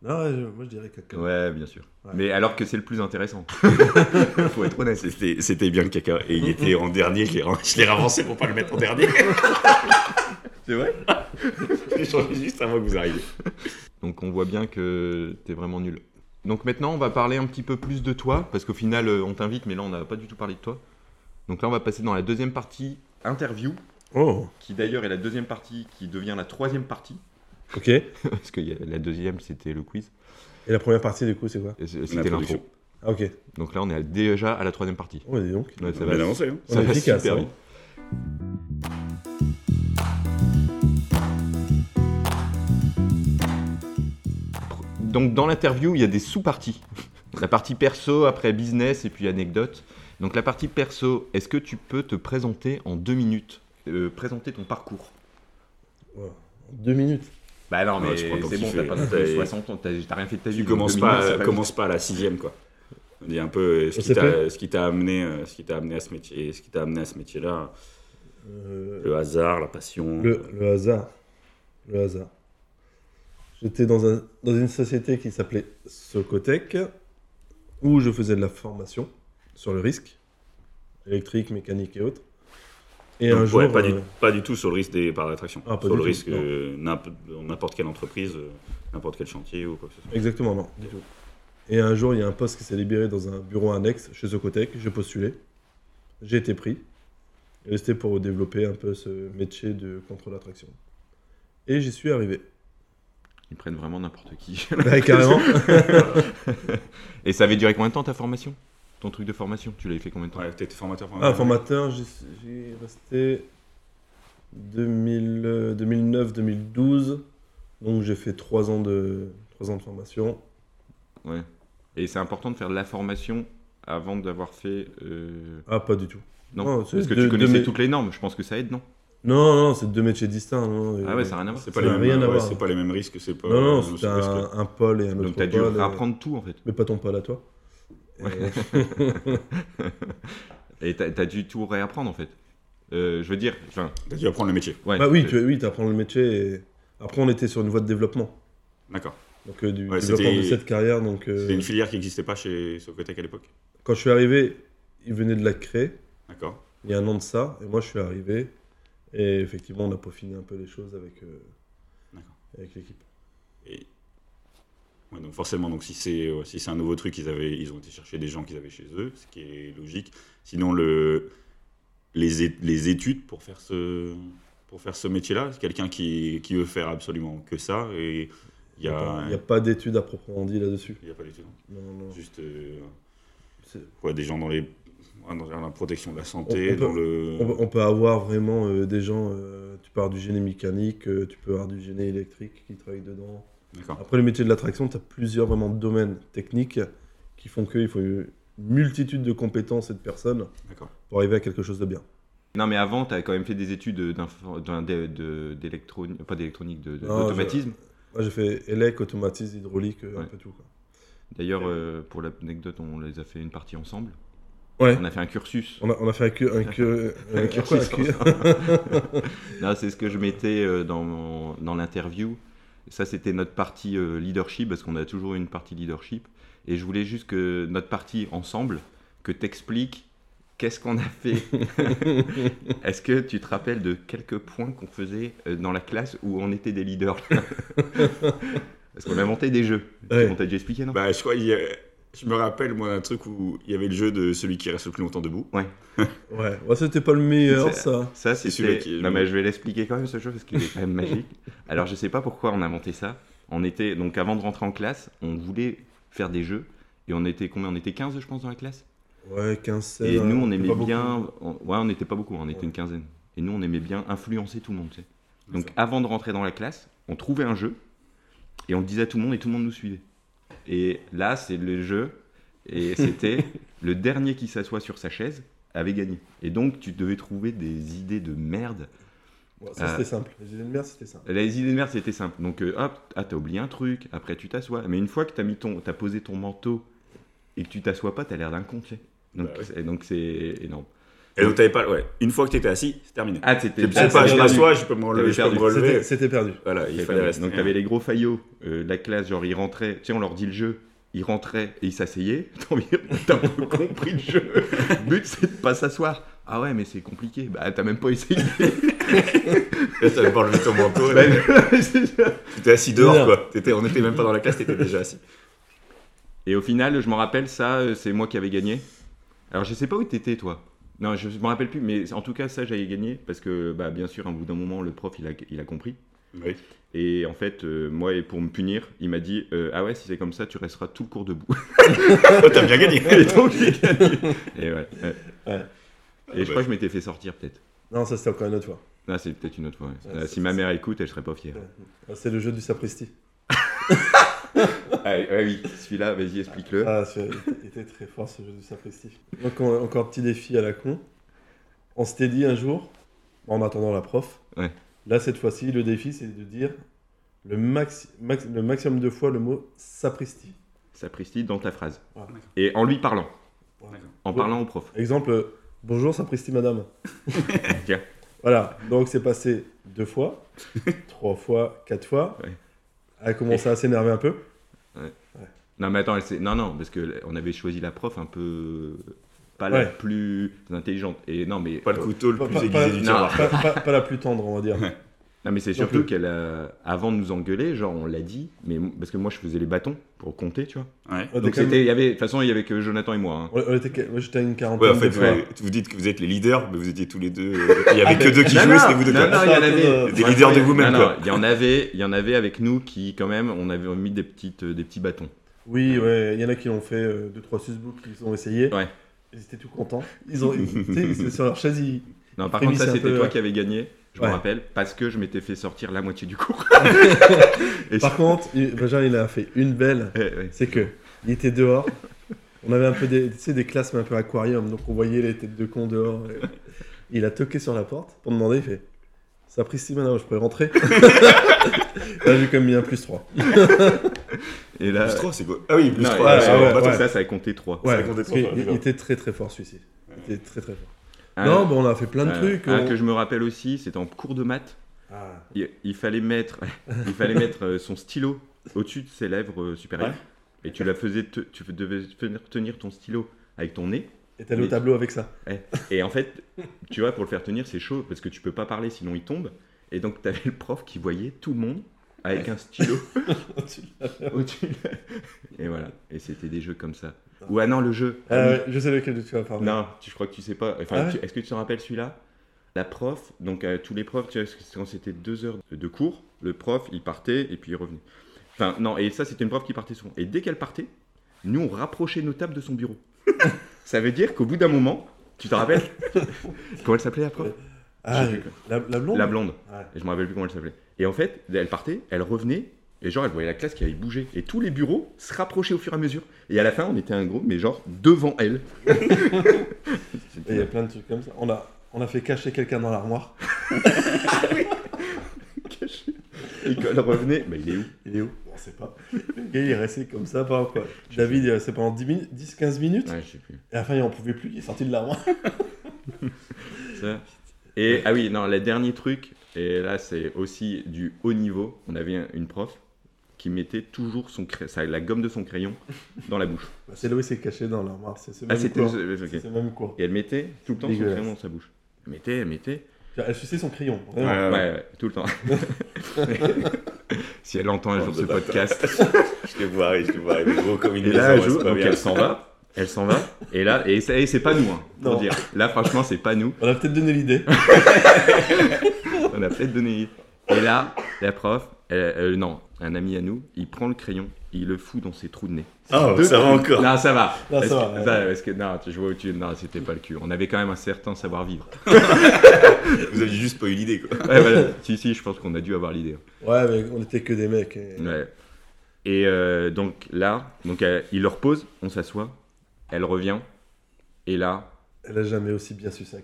Speaker 3: Non, ouais, je- moi, je dirais caca.
Speaker 2: Ouais, bien sûr.
Speaker 3: Ouais.
Speaker 2: Mais alors que c'est le plus intéressant. Faut être honnête.
Speaker 1: C'était c'était bien le caca. Et il était en dernier. Je l'ai- je l'ai ravancé pour pas le mettre en dernier.
Speaker 2: C'est vrai
Speaker 1: J'ai changé juste avant que vous arriviez.
Speaker 2: Donc on voit bien que t'es vraiment nul. Donc maintenant, on va parler un petit peu plus de toi, parce qu'au final, euh, on t'invite, mais là, on n'a pas du tout parlé de toi. Donc là, on va passer dans la deuxième partie interview,
Speaker 3: Oh,
Speaker 2: qui d'ailleurs est la deuxième partie qui devient la troisième partie,
Speaker 3: ok. Et
Speaker 2: parce que y a- la deuxième, c'était le quiz,
Speaker 3: la première partie, du coup, c'est quoi
Speaker 2: et c- c'était
Speaker 1: production.
Speaker 2: l'intro.
Speaker 3: Ah, ok.
Speaker 2: Donc là, on est à- déjà à la troisième partie.
Speaker 3: Oh, dis donc.
Speaker 2: Ouais,
Speaker 1: Ça va avancer. hein.
Speaker 3: On est efficace, hein.
Speaker 2: vite. Donc dans l'interview, il y a des sous-parties. La partie perso, après business et puis anecdote. Donc la partie perso, est-ce que tu peux te présenter en deux minutes Euh, Présenter ton parcours.
Speaker 3: Wow. En Deux minutes.
Speaker 2: Bah non,
Speaker 1: Ouais,
Speaker 2: mais
Speaker 1: je crois pas
Speaker 2: c'est
Speaker 1: que
Speaker 2: bon,
Speaker 1: tu
Speaker 2: t'as
Speaker 1: fais-
Speaker 2: pas non plus
Speaker 1: t'as-
Speaker 2: 60 ans, t'as t'as rien fait de ta vie.
Speaker 1: Tu
Speaker 2: donc
Speaker 1: commences
Speaker 2: deux
Speaker 1: pas, euh,
Speaker 2: minutes, c'est pas euh,
Speaker 1: commence pas à la sixième, quoi. Dis un peu euh, ce
Speaker 3: On
Speaker 1: qui
Speaker 3: sait
Speaker 1: t'a- ce qui t'a amené, euh, ce qui t'a amené à ce métier, ce qui t'a amené à ce métier-là.
Speaker 3: Euh,
Speaker 1: Le hasard, la passion.
Speaker 3: le, le hasard. Le hasard. J'étais dans, un, dans une société qui s'appelait Socotec, où je faisais de la formation sur le risque, électrique, mécanique et autres. Et
Speaker 1: Donc,
Speaker 3: un jour.
Speaker 1: ouais, pas,
Speaker 3: euh,
Speaker 1: du, pas du tout sur le risque des parcs d'attraction.
Speaker 3: Ah, pas
Speaker 1: sur
Speaker 3: du
Speaker 1: le
Speaker 3: tout,
Speaker 1: risque
Speaker 3: non.
Speaker 1: euh, n'imp- dans n'importe quelle entreprise, euh, n'importe quel chantier ou quoi que ce soit.
Speaker 3: Exactement, non, du tout. Et un jour, il y a un poste qui s'est libéré dans un bureau annexe chez Socotec. J'ai postulé. J'ai été pris. Et c'était pour développer un peu ce métier de contrôle d'attraction. Et j'y suis arrivé.
Speaker 2: Ils prennent vraiment n'importe qui.
Speaker 3: Ouais, carrément.
Speaker 2: Et ça avait duré combien de temps ta formation Ton truc de formation, tu l'avais fait combien de temps
Speaker 1: Ouais, t'étais formateur.
Speaker 3: Ah, formateur, j'y suis- j'y suis resté 2000, euh, 2009-2012. Donc j'ai fait 3 ans de, 3 ans de formation.
Speaker 2: Ouais. Et c'est important de faire de la formation avant d'avoir fait. euh,
Speaker 3: Ah, pas du tout.
Speaker 2: Non,
Speaker 3: Non, c'est
Speaker 2: parce que
Speaker 3: de-
Speaker 2: tu connaissais
Speaker 3: de mes-
Speaker 2: toutes les normes, je pense que ça aide, non
Speaker 3: Non, non, c'est deux métiers distincts. non, et-
Speaker 2: Ah ouais, ça n'a rien à voir.
Speaker 1: C'est pas,
Speaker 3: Ça
Speaker 1: les
Speaker 3: n'a
Speaker 1: mêmes-
Speaker 3: rien à
Speaker 1: ouais,
Speaker 3: voir.
Speaker 1: c'est pas les mêmes risques, c'est pas.
Speaker 3: Non, non,
Speaker 1: je
Speaker 3: c'était
Speaker 1: sais pas ce que-
Speaker 3: un, un pôle et un autre
Speaker 2: Donc t'as dû
Speaker 3: pôle, et-
Speaker 2: apprendre tout en fait.
Speaker 3: Mais pas ton pôle à toi. Et-
Speaker 2: Et t'as t'as dû tout réapprendre en fait. Euh, je veux dire, enfin,
Speaker 1: T'as dû apprendre le métier.
Speaker 2: ouais. Euh,
Speaker 3: bah oui,
Speaker 2: c'est-
Speaker 3: tu oui, apprends le métier. Et... Après, on était sur une voie de développement.
Speaker 1: D'accord.
Speaker 3: Donc, euh, du
Speaker 1: Ouais,
Speaker 3: développement de
Speaker 1: c'était-
Speaker 3: cette carrière. Donc, euh,
Speaker 1: C'était une filière qui n'existait pas chez Socotec à l'époque.
Speaker 3: quand je suis arrivé, ils venaient de la créer.
Speaker 1: D'accord.
Speaker 3: il y a un an de ça, et moi je suis arrivé, et effectivement on a peaufiné un peu les choses avec, euh,
Speaker 1: D'accord.
Speaker 3: avec l'équipe.
Speaker 1: Et... Ouais, donc forcément, donc si c'est ouais, si c'est un nouveau truc, ils avaient ils ont été chercher des gens qu'ils avaient chez eux, ce qui est logique. Sinon le les, é- les études pour faire ce pour faire ce métier-là, c'est quelqu'un qui, qui veut faire absolument que ça et il y
Speaker 3: Attends,
Speaker 1: a
Speaker 3: Il n'y a pas d'études à proprement dit là-dessus.
Speaker 1: il y a pas d'études.
Speaker 3: Non, non,
Speaker 1: Juste euh,
Speaker 3: c'est-
Speaker 1: ouais, des gens dans les ouais, dans la protection de la santé,
Speaker 3: On- on peut-
Speaker 1: dans le
Speaker 3: On, on peut avoir vraiment euh, des gens, euh, tu peux avoir du génie mécanique, euh, tu peux avoir du génie électrique qui travaille dedans.
Speaker 1: D'accord.
Speaker 3: Après le métier de l'attraction, tu as plusieurs vraiment domaines techniques qui font qu'il faut une multitude de compétences et de personnes
Speaker 1: D'accord.
Speaker 3: pour arriver à quelque chose de bien.
Speaker 2: Non, mais avant, t'as quand même fait des études d'info- d'un- de- de- d'électronique, pas d'électronique, de- de-
Speaker 3: Non,
Speaker 2: d'automatisme.
Speaker 3: Moi j'ai fait élec, automatisme, hydraulique, euh, un
Speaker 2: Ouais.
Speaker 3: peu tout. Quoi.
Speaker 2: D'ailleurs, euh, pour l'anecdote, on les a fait une partie ensemble.
Speaker 3: Ouais.
Speaker 2: On a fait un cursus.
Speaker 3: On a, on a fait un que. Un que euh,
Speaker 2: Un
Speaker 3: quoi,
Speaker 2: cursus
Speaker 3: un que-
Speaker 2: Là, c'est ce que je mettais euh, dans, mon- dans l'interview. Ça, c'était notre partie euh, leadership, parce qu'on a toujours une partie leadership. Et je voulais juste que notre partie ensemble, que t'expliques qu'est-ce qu'on a fait. Est-ce que tu te rappelles de quelques points qu'on faisait euh, dans la classe où on était des leaders Parce qu'on a monté des jeux.
Speaker 3: Ouais.
Speaker 2: On t'a déjà expliqué, non
Speaker 1: Bah, je crois il y a- je me rappelle moi d'un truc où il y avait le jeu de celui qui reste le plus longtemps debout.
Speaker 3: Ouais, ouais, c'était pas le meilleur
Speaker 2: C'est-
Speaker 3: ça.
Speaker 2: Ça,
Speaker 1: C'est celui-là
Speaker 2: c'était.
Speaker 1: qui est-
Speaker 2: Non, mais je vais l'expliquer quand même ce jeu parce qu'il est quand même magique. Alors, je sais pas pourquoi on a inventé ça. On était donc avant de rentrer en classe, on voulait faire des jeux et on était combien On était 15, je pense, dans la classe.
Speaker 3: Ouais, 15, 16.
Speaker 2: Et nous, on
Speaker 3: ouais,
Speaker 2: aimait
Speaker 3: pas beaucoup.
Speaker 2: bien. on- Ouais, on n'était pas beaucoup, on était
Speaker 3: Ouais.
Speaker 2: une quinzaine. Et nous, on aimait bien influencer tout le monde. tu sais. Donc, avant de rentrer dans la classe, on trouvait un jeu et on le disait à tout le monde et tout le monde nous suivait. Et là, c'est le jeu et c'était le dernier qui s'assoit sur sa chaise avait gagné. Et donc, tu devais trouver des idées de merde
Speaker 3: Ouais, ça
Speaker 2: Euh.
Speaker 3: c'était simple. Les idées de merde, c'était simple.
Speaker 2: les idées de merde, c'était simple. Donc, euh, hop, ah, t'as oublié un truc, après tu t'assois. Mais une fois que t'as, mis ton, t'as posé ton manteau et que tu t'assois pas, t'as l'air d'un con, tu sais. Donc,
Speaker 1: Bah ouais.
Speaker 2: c'est- donc c'est énorme.
Speaker 1: Et donc t'avais pas ouais, une fois que t'étais assis, c'est terminé.
Speaker 2: Ah, c'était
Speaker 1: Je sais
Speaker 3: Ah,
Speaker 1: pas,
Speaker 3: t'avais
Speaker 1: je
Speaker 3: perdu.
Speaker 1: m'assois, je peux me relever.
Speaker 2: T'avais
Speaker 1: Je peux me
Speaker 2: perdu.
Speaker 1: relever.
Speaker 3: C'était- C'était perdu.
Speaker 1: Voilà, il
Speaker 2: T'avais
Speaker 1: fallait
Speaker 2: perdu.
Speaker 1: rester.
Speaker 2: Donc, t'avais les gros faillots euh, de la classe, genre ils rentraient, tu sais, on leur dit le jeu, ils rentraient et ils s'asseyaient. T'as envie- t'as pas compris le jeu. Le but, c'est de pas s'asseoir. Ah ouais, mais c'est compliqué. Bah, t'as même pas essayé.
Speaker 1: Là, t'avais pas enlevé ton manteau.
Speaker 2: Bah,
Speaker 1: là,
Speaker 2: c'est ça.
Speaker 1: T'étais assis dehors, quoi. T'étais- on était même pas dans la classe, t'étais déjà assis.
Speaker 2: Et au final, je m'en rappelle, ça, euh, c'est moi qui avais gagné. Alors, je sais pas où t'étais, toi. Non, je me rappelle plus, mais en tout cas, ça, j'avais gagné parce que, bah, bien sûr, au bout d'un moment, le prof, il a, il a compris.
Speaker 1: Oui.
Speaker 2: Et en fait, euh, moi, et pour me punir, il m'a dit euh, Ah ouais, si c'est comme ça, tu resteras tout le cours debout.
Speaker 1: Oh, t'as bien gagné.
Speaker 2: et donc, j'ai gagné. Et ouais. ouais. Ah bah.
Speaker 3: Ouais.
Speaker 2: Et je crois que je m'étais fait sortir, peut-être.
Speaker 3: Non, ça c'était encore une autre fois.
Speaker 2: Ah, c'est peut-être une autre fois. ouais.
Speaker 3: Ouais,
Speaker 2: Euh,
Speaker 3: c'est-
Speaker 2: si ma mère écoute, elle serait pas fière.
Speaker 3: Ah, C'est le jeu du sapristi.
Speaker 2: Ah, ouais, oui, celui-là, vas-y, explique-le.
Speaker 3: Ah, c'est- il était très fort ce jeu du sapristi. Donc, on- encore un petit défi à la con. On s'était dit un jour, en attendant la prof,
Speaker 2: Ouais.
Speaker 3: là cette fois-ci, le défi c'est de dire le, maxi- max- le maximum de fois le mot sapristi.
Speaker 2: Sapristi dans ta phrase.
Speaker 3: Ouais.
Speaker 2: Et en lui parlant,
Speaker 3: Voilà.
Speaker 2: en
Speaker 3: Ouais.
Speaker 2: parlant au prof.
Speaker 3: Exemple, euh, bonjour sapristi madame.
Speaker 2: Tiens.
Speaker 3: Voilà, donc c'est passé deux fois, trois fois, quatre fois.
Speaker 2: Ouais.
Speaker 3: Elle a commencé à s'énerver un peu.
Speaker 2: Non, mais attends, elle s'est- non, non, parce que on avait choisi la prof un peu pas la
Speaker 3: Ouais.
Speaker 2: plus intelligente. Et non, mais
Speaker 1: Pas le couteau le
Speaker 3: Pas-
Speaker 1: plus
Speaker 3: pas-
Speaker 1: aiguisé
Speaker 3: pas-
Speaker 1: du
Speaker 2: non.
Speaker 1: tiroir.
Speaker 3: Pas, pas- pas la plus tendre, on va dire.
Speaker 2: Non, mais c'est
Speaker 3: Non
Speaker 2: surtout
Speaker 3: plus.
Speaker 2: qu'elle a. Avant de nous engueuler, genre, on l'a dit, mais parce que moi, je faisais les bâtons pour compter, tu vois.
Speaker 1: Ouais.
Speaker 3: On était
Speaker 2: Donc,
Speaker 3: quand même-
Speaker 2: c'était. il y avait- De toute façon, il y avait que Jonathan et moi. hein.
Speaker 3: on- on était- moi, j'étais à une quarantaine
Speaker 1: Ouais, en fait,
Speaker 3: de fois.
Speaker 1: vous, vous dites que vous êtes les leaders, mais vous étiez tous les deux. euh, Il y avait
Speaker 3: Ah,
Speaker 1: que deux qui jouaient, c'était vous deux.
Speaker 2: non,
Speaker 1: quoi.
Speaker 2: non, il y en avait.
Speaker 1: Des leaders de vous-même,
Speaker 2: Non,
Speaker 1: quoi.
Speaker 2: non, Il y en avait, il y en avait avec nous qui, quand même, on avait mis des petites, euh, des petits bâtons.
Speaker 3: Oui, ouais, il y en a qui l'ont fait, euh, deux, trois susbooks qui ont essayé.
Speaker 2: Ouais.
Speaker 3: Ils étaient tout contents. Ils ont, tu sais, ils étaient sur leur chaise, ils...
Speaker 2: Non, par
Speaker 3: Prémisse
Speaker 2: contre, ça,
Speaker 3: un
Speaker 2: c'était
Speaker 3: peu,
Speaker 2: toi
Speaker 3: ouais.
Speaker 2: qui avais gagné. Je
Speaker 3: Ouais.
Speaker 2: me rappelle parce que je m'étais fait sortir la moitié du cours. Et
Speaker 3: Par contre, il- Benjamin, il a fait une belle.
Speaker 2: Ouais, ouais.
Speaker 3: C'est que, il était dehors. On avait un peu des, tu sais, des classes, mais un peu aquarium. Donc, on voyait les têtes de con dehors. Et Il a toqué sur la porte pour demander. Il fait Ça pris si maintenant, je pourrais rentrer. Là, j'ai comme mis un plus 3.
Speaker 2: Et là,
Speaker 1: Plus 3, c'est quoi Ah oui, plus
Speaker 2: non,
Speaker 1: 3.
Speaker 2: et-
Speaker 3: ouais, ouais,
Speaker 2: parce que
Speaker 3: ouais.
Speaker 2: ça, ça a compté 3.
Speaker 1: Ça comptait
Speaker 3: parce
Speaker 1: trop,
Speaker 3: qu'il-
Speaker 1: ouais,
Speaker 3: il,
Speaker 1: d'accord.
Speaker 3: était très très fort celui-ci. Il était très très fort. non, bah, on a fait plein de trucs. on-
Speaker 2: que je me rappelle aussi, c'était en cours de maths.
Speaker 3: Ah.
Speaker 2: Il, il fallait mettre, il fallait mettre euh, son stylo au-dessus de ses lèvres euh, supérieures. Et tu la faisais, te- tu devais tenir- tenir ton stylo avec ton nez.
Speaker 3: Et t'allais au
Speaker 2: Mais-
Speaker 3: tableau avec ça.
Speaker 2: Et en fait, tu vois, pour le faire tenir, c'est chaud parce que tu peux pas parler sinon il tombe. Et donc, t'avais le prof qui voyait tout le monde avec un stylo au-dessus. de la- Et voilà. Et c'était des jeux comme ça. Ou ah non, le jeu.
Speaker 3: Euh, je sais lequel tu vas parler.
Speaker 2: Non, tu, je crois que tu sais pas. Enfin,
Speaker 3: Ah ouais
Speaker 2: tu- est-ce que tu te rappelles celui-là La prof, donc euh, tous les profs, tu vois, quand c'était deux heures de cours, le prof, il partait et puis il revenait. Enfin, non, et ça, c'était une prof qui partait souvent. Et dès qu'elle partait, nous, on rapprochait nos tables de son bureau. ça veut dire qu'au bout d'un moment, tu te rappelles Comment elle s'appelait la prof
Speaker 3: Ah, euh,
Speaker 2: Je sais plus.
Speaker 3: la, la blonde
Speaker 2: La blonde.
Speaker 3: Ouais.
Speaker 2: Et je me rappelle plus comment elle s'appelait. Et en fait, elle partait, elle revenait, et genre, elle voyait la classe qui avait bougé. Et tous les bureaux se rapprochaient au fur et à mesure. Et à la fin, on était un groupe, mais genre devant elle.
Speaker 3: Et Il y a plein de trucs comme ça. On a, on a fait cacher quelqu'un dans l'armoire.
Speaker 2: caché. Et quand elle revenait, bah, il est où
Speaker 3: Il est où On sait pas. Le gars, il est resté comme ça pendant quoi David, euh, c'est pendant 10 minutes, 10, 15 minutes.
Speaker 2: Ouais, je sais plus.
Speaker 3: Et à la fin, il en pouvait plus, il est sorti de l'armoire.
Speaker 2: Ça. Et ah oui, non, le dernier truc, et là c'est aussi du haut niveau, on avait un- une prof qui mettait toujours son cra- sa- la gomme de son crayon dans la bouche.
Speaker 3: Bah, c'est là où il s'est caché dans l'armoire. C'est ce
Speaker 2: Ah,
Speaker 3: même
Speaker 2: c'était
Speaker 3: cours.
Speaker 2: ok.
Speaker 3: C'est ce même cours.
Speaker 2: Et elle mettait tout le temps son
Speaker 3: Dégueulasse.
Speaker 2: crayon dans sa bouche. Elle mettait, elle mettait.
Speaker 3: Tu vois, Elle suçait son crayon.
Speaker 1: Ouais,
Speaker 3: vraiment.
Speaker 2: Ah Ouais,
Speaker 1: ouais, ouais.
Speaker 2: ouais, tout le temps. si elle entend un jour
Speaker 1: Bande
Speaker 2: ce
Speaker 1: de bâtards.
Speaker 2: podcast,
Speaker 1: Je te vois, arriver, je te vois. arriver, Gros comme une
Speaker 2: Et là,
Speaker 1: maison,
Speaker 2: elle
Speaker 1: ouais,
Speaker 2: joue,
Speaker 1: c'est pas
Speaker 2: donc
Speaker 1: bien.
Speaker 2: elle s'en va. Elle s'en va. Et là, et c'est et c'est pas nous, hein, pour
Speaker 3: Non.
Speaker 2: dire. Là, franchement, c'est pas nous.
Speaker 3: On a peut-être donné l'idée.
Speaker 2: On a peut-être donné. Et là, la prof, elle- elle- non, un ami à nous, il prend le crayon, il le fout dans ses trous de nez.
Speaker 1: Ah,
Speaker 2: Deux
Speaker 1: ça va
Speaker 2: trous.
Speaker 1: encore.
Speaker 2: Non, ça va.
Speaker 3: Non,
Speaker 2: Parce que-
Speaker 3: ça va, ouais.
Speaker 2: ça, parce que- non, tu- je vois où tu Non, c'était pas le cul. On avait quand même un certain savoir-vivre.
Speaker 1: Vous aviez juste pas eu l'idée, quoi.
Speaker 2: Ouais, voilà. si, si, je pense qu'on a dû avoir l'idée.
Speaker 3: Ouais, mais on était que des mecs. et-
Speaker 2: Ouais. Et euh, donc là, donc, euh, il le repose, on s'assoit, elle revient, et là,
Speaker 3: Elle a jamais aussi bien su ça.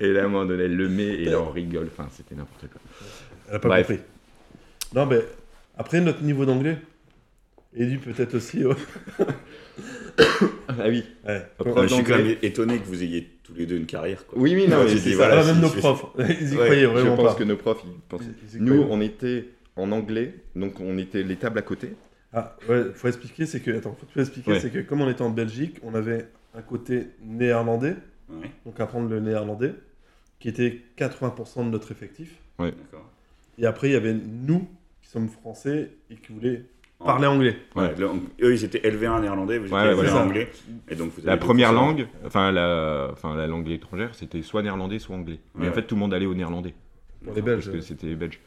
Speaker 2: et là, à un moment donné, elle le met et là, on rigole. Enfin, c'était n'importe quoi.
Speaker 3: Elle a pas
Speaker 2: Bref.
Speaker 3: compris. Non, mais après, notre niveau d'anglais. Et lui, peut-être aussi. Ouais.
Speaker 2: Ah oui.
Speaker 3: Ouais.
Speaker 2: Après,
Speaker 1: Ouais, je suis
Speaker 2: d'anglais.
Speaker 1: quand même étonné que vous ayez tous les deux une carrière, quoi.
Speaker 2: Oui, oui, non,
Speaker 1: Ouais,
Speaker 2: mais
Speaker 1: tu
Speaker 2: c'est
Speaker 1: dis,
Speaker 2: ça.
Speaker 1: voilà,
Speaker 3: Ah, même
Speaker 1: si,
Speaker 3: nos
Speaker 1: si,
Speaker 3: profs, ils y
Speaker 1: Ouais,
Speaker 3: croyaient vraiment
Speaker 2: je pense
Speaker 3: pas.
Speaker 2: que nos profs, ils pensaient.
Speaker 3: Ils y
Speaker 2: Nous,
Speaker 3: croyaient.
Speaker 2: on était en anglais, donc on était les tables à côté.
Speaker 3: Ah, ouais, faut expliquer, c'est que. Attends, faut tout expliquer,
Speaker 2: Ouais.
Speaker 3: c'est que comme on était en Belgique, on avait un côté néerlandais,
Speaker 1: Ouais,
Speaker 3: donc apprendre le néerlandais, qui était 80% de notre effectif.
Speaker 1: d'accord.
Speaker 3: Et après, il y avait nous, qui sommes français et qui voulaient
Speaker 2: Ah.
Speaker 3: parler anglais.
Speaker 1: Ouais, là, on- eux, ils étaient élevés en néerlandais, vous étiez
Speaker 2: Ouais,
Speaker 1: élevés
Speaker 2: voilà.
Speaker 1: en anglais. Et donc, vous avez
Speaker 2: La
Speaker 1: des
Speaker 2: première
Speaker 1: professeurs.
Speaker 2: langue, enfin la, enfin la langue étrangère, c'était soit néerlandais, soit anglais. Mais
Speaker 1: Ouais.
Speaker 2: en fait, tout le monde allait au néerlandais.
Speaker 3: Pour les
Speaker 2: Parce
Speaker 3: Belges.
Speaker 2: que c'était les Belges.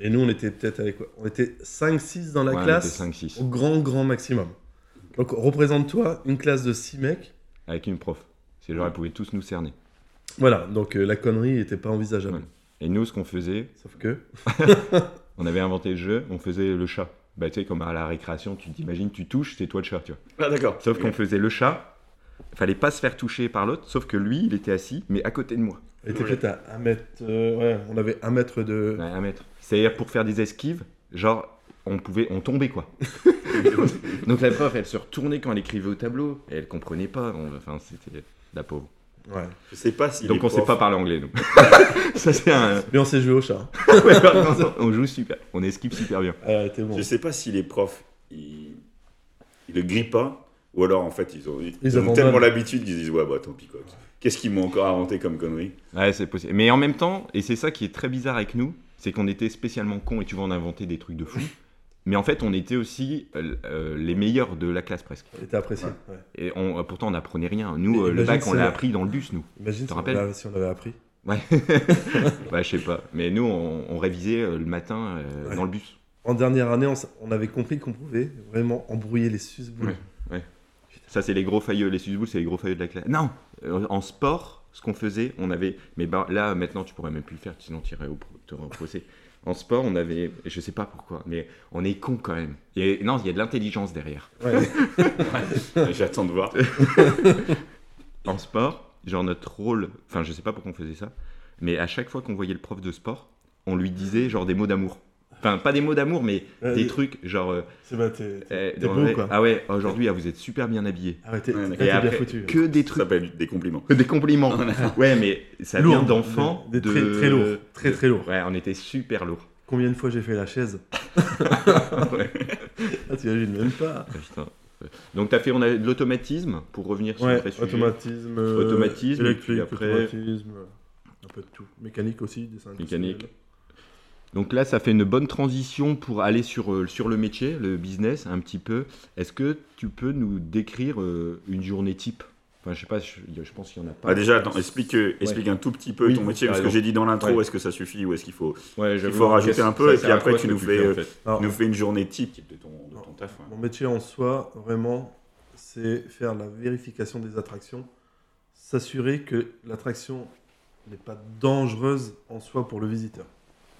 Speaker 3: Et nous, on était peut-être avec quoi On était 5-6 dans la
Speaker 2: Ouais, on
Speaker 3: classe,
Speaker 2: était 5-6.
Speaker 3: au grand, grand maximum. Donc, représente-toi une classe de 6 mecs.
Speaker 2: Avec une prof. C'est genre, elle pouvait tous nous cerner.
Speaker 3: Voilà, donc euh, la connerie n'était pas envisageable.
Speaker 2: Ouais. Et nous, ce qu'on faisait,
Speaker 3: Sauf que.
Speaker 2: on avait inventé le jeu, on faisait le chat. Bah, tu sais, comme à la récréation, tu t'imagines, tu touches, c'est toi le chat, tu vois.
Speaker 1: Ah, d'accord.
Speaker 2: Sauf qu'on faisait le chat, fallait pas se faire toucher par l'autre, sauf que lui, il était assis, mais à côté de moi.
Speaker 3: Elle était
Speaker 1: Ouais.
Speaker 3: peut-être à 1 mètre. euh, ouais, on avait 1 mètre de.
Speaker 2: Ouais, un mètre. C'est-à-dire pour faire des esquives, genre on pouvait, on tombait quoi. Donc la prof, elle se retournait quand elle écrivait au tableau, et elle comprenait pas. on- Enfin, c'était la pauvre.
Speaker 3: Ouais.
Speaker 1: Je sais pas si.
Speaker 2: Donc
Speaker 1: les
Speaker 2: on sait
Speaker 1: profs-
Speaker 2: pas parler anglais, nous. Ça c'est un.
Speaker 3: Mais on s'est joué au chat. hein.
Speaker 2: Ouais, par contre, on joue super, on esquive super bien.
Speaker 3: Ah, t'es bon.
Speaker 1: Je sais pas si les profs ils, ils le grillent pas ou alors en fait ils ont, ils
Speaker 3: Ils
Speaker 1: ont
Speaker 3: abandonnent.
Speaker 1: tellement l'habitude qu'ils disent ouais bah tant pis quoi. Qu'est-ce qu'ils m'ont encore inventé comme connerie
Speaker 2: Ouais, c'est possible. Mais en même temps, et c'est ça qui est très bizarre avec nous, c'est qu'on était spécialement cons et tu vois, on inventait des trucs de fou. Mais en fait, on était aussi euh, euh, les meilleurs de la classe presque.
Speaker 3: Et t'as apprécié. ouais.
Speaker 2: Et on, euh, pourtant, on n'apprenait rien. Nous,
Speaker 3: Mais
Speaker 2: euh, le
Speaker 3: imagine
Speaker 2: bac, on
Speaker 3: ça.
Speaker 2: l'a appris dans le bus, nous.
Speaker 3: Imagine
Speaker 2: Te
Speaker 3: si on,
Speaker 2: rappelles
Speaker 3: l'avait- si on l'avait appris.
Speaker 2: Ouais. bah, je sais pas. Mais nous, on, on révisait euh, le matin euh,
Speaker 3: Ouais.
Speaker 2: dans le bus.
Speaker 3: En dernière année, on, s- on avait compris qu'on pouvait vraiment embrouiller les susboules.
Speaker 2: Ça, c'est les gros failleux. Les susboules, c'est les gros failleux de la classe. Non Euh, En sport, ce qu'on faisait, on avait. Mais bah, là, maintenant, tu pourrais même plus le faire, sinon tu irais au, pro- t'aurais au procès. En sport, on avait. Je sais pas pourquoi, mais on est con quand même. Et, non, il y a de l'intelligence derrière.
Speaker 3: Ouais.
Speaker 1: J'attends de voir.
Speaker 2: En sport, genre notre rôle. Enfin, je sais pas pourquoi on faisait ça, mais à chaque fois qu'on voyait le prof de sport, on lui disait genre des mots d'amour. Enfin, pas des mots d'amour, mais
Speaker 3: Ouais,
Speaker 2: des
Speaker 3: des-
Speaker 2: trucs genre. euh,
Speaker 3: C'est bah, t'es t'es-
Speaker 2: euh,
Speaker 3: t'es
Speaker 2: dans-
Speaker 3: beau,
Speaker 2: ouais,
Speaker 3: quoi.
Speaker 2: Ah ouais, aujourd'hui, ah, vous êtes super bien habillé.
Speaker 3: Ah ouais, t'es
Speaker 1: Ouais,
Speaker 3: là,
Speaker 1: et
Speaker 3: t'es bien
Speaker 2: après-
Speaker 3: foutu.
Speaker 2: Que des
Speaker 1: Ça
Speaker 2: trucs.
Speaker 1: s'appelle des compliments.
Speaker 2: Des compliments. ouais, mais ça
Speaker 3: Lourd.
Speaker 2: vient d'enfants.
Speaker 3: Des- des
Speaker 2: de...
Speaker 3: très- très lourds. Très, très lourds.
Speaker 2: Ouais, on était super lourds.
Speaker 3: Combien de fois j'ai fait la chaise
Speaker 2: Ouais.
Speaker 3: Ah, tu imagines même pas.
Speaker 2: Ah, putain. Donc, t'as fait on a de l'automatisme pour revenir sur le
Speaker 3: Ouais,
Speaker 2: vrai sujet.
Speaker 3: automatisme, euh,
Speaker 2: Automatisme, et puis
Speaker 3: électrique,
Speaker 2: après-
Speaker 3: automatisme, euh, un peu de tout. Mécanique aussi, dessin
Speaker 2: Mécanique.
Speaker 3: industriel.
Speaker 2: Donc là, ça fait une bonne transition pour aller sur, euh, sur le métier, le business, un petit peu. Est-ce que tu peux nous décrire euh, une journée type Enfin, je sais pas, je, je pense qu'il y en a pas.
Speaker 1: Bah déjà attends explique euh, explique un tout petit peu
Speaker 2: Oui,
Speaker 1: ton métier
Speaker 2: par
Speaker 1: parce que
Speaker 2: exemple.
Speaker 1: j'ai dit dans l'intro
Speaker 2: Ouais.
Speaker 1: est-ce que ça suffit ou est-ce qu'il faut
Speaker 2: Ouais,
Speaker 1: il
Speaker 2: j'avoue,
Speaker 1: faut rajouter un peu
Speaker 2: ça
Speaker 1: et
Speaker 2: sert
Speaker 1: puis
Speaker 2: à
Speaker 1: après
Speaker 2: quoi
Speaker 1: tu
Speaker 2: ce
Speaker 1: nous
Speaker 2: que
Speaker 1: fais
Speaker 2: fais,
Speaker 1: euh,
Speaker 2: en fait
Speaker 3: Alors,
Speaker 1: nous fais une journée type de ton de ton taf. ouais.
Speaker 3: Mon métier en soi, vraiment, c'est faire la vérification des attractions, s'assurer que l'attraction n'est pas dangereuse en soi pour le visiteur.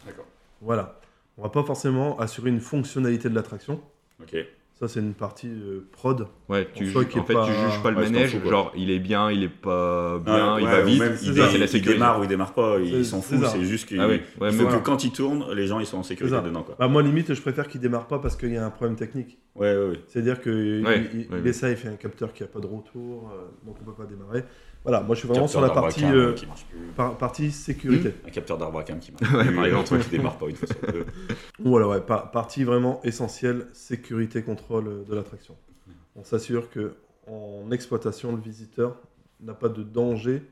Speaker 1: D'accord.
Speaker 3: Voilà. On va pas forcément assurer une fonctionnalité de l'attraction.
Speaker 1: Ok.
Speaker 3: Ça, c'est une partie euh, prod.
Speaker 2: Ouais, tu
Speaker 3: soit
Speaker 2: ju-
Speaker 3: qu'il y
Speaker 2: en
Speaker 3: ait
Speaker 2: fait,
Speaker 3: pas-
Speaker 2: tu juges pas le
Speaker 1: Ouais, je t'en
Speaker 2: manège,
Speaker 1: fous, quoi.
Speaker 2: genre il est bien, il est pas bien,
Speaker 1: Ah,
Speaker 2: il
Speaker 1: ouais,
Speaker 2: va
Speaker 1: ou
Speaker 2: vite,
Speaker 1: même
Speaker 3: c'est
Speaker 1: il,
Speaker 3: ça.
Speaker 1: dé-
Speaker 2: c'est la
Speaker 1: il
Speaker 2: sécurité.
Speaker 1: démarre ou il démarre pas,
Speaker 3: C'est-
Speaker 1: ils s'en
Speaker 3: c'est
Speaker 1: foutent,
Speaker 3: ça.
Speaker 1: c'est juste qu'il
Speaker 2: Ah oui, ouais,
Speaker 1: il
Speaker 2: mais
Speaker 1: faut
Speaker 3: voilà.
Speaker 1: que Euh, quand ils tournent, les gens ils soient en sécurité
Speaker 3: C'est ça.
Speaker 1: dedans quoi.
Speaker 3: Bah, moi, limite, je préfère qu'il démarre pas parce qu'il y a un problème technique.
Speaker 1: Ouais ouais ouais.
Speaker 3: C'est-à-dire que
Speaker 2: Ouais,
Speaker 3: il, il-
Speaker 2: ouais.
Speaker 3: il essaie, il fait un capteur qui a pas de retour, euh, donc on peut pas démarrer. Voilà, moi, je suis vraiment
Speaker 1: Capteur
Speaker 3: sur la
Speaker 1: d'arbre à
Speaker 3: partie,
Speaker 1: cames,
Speaker 3: euh,
Speaker 1: qui marche plus.
Speaker 3: par- partie sécurité.
Speaker 1: Un capteur d'arbre à cam qui marche. euh,
Speaker 2: Ouais,
Speaker 1: plus,
Speaker 2: par
Speaker 1: un
Speaker 2: exemple.
Speaker 1: truc qui démarre pas une euh, fois sur deux.
Speaker 3: Voilà, ouais, pa- partie vraiment essentielle, sécurité, contrôle euh, de l'attraction. On s'assure que en exploitation, le visiteur n'a pas de danger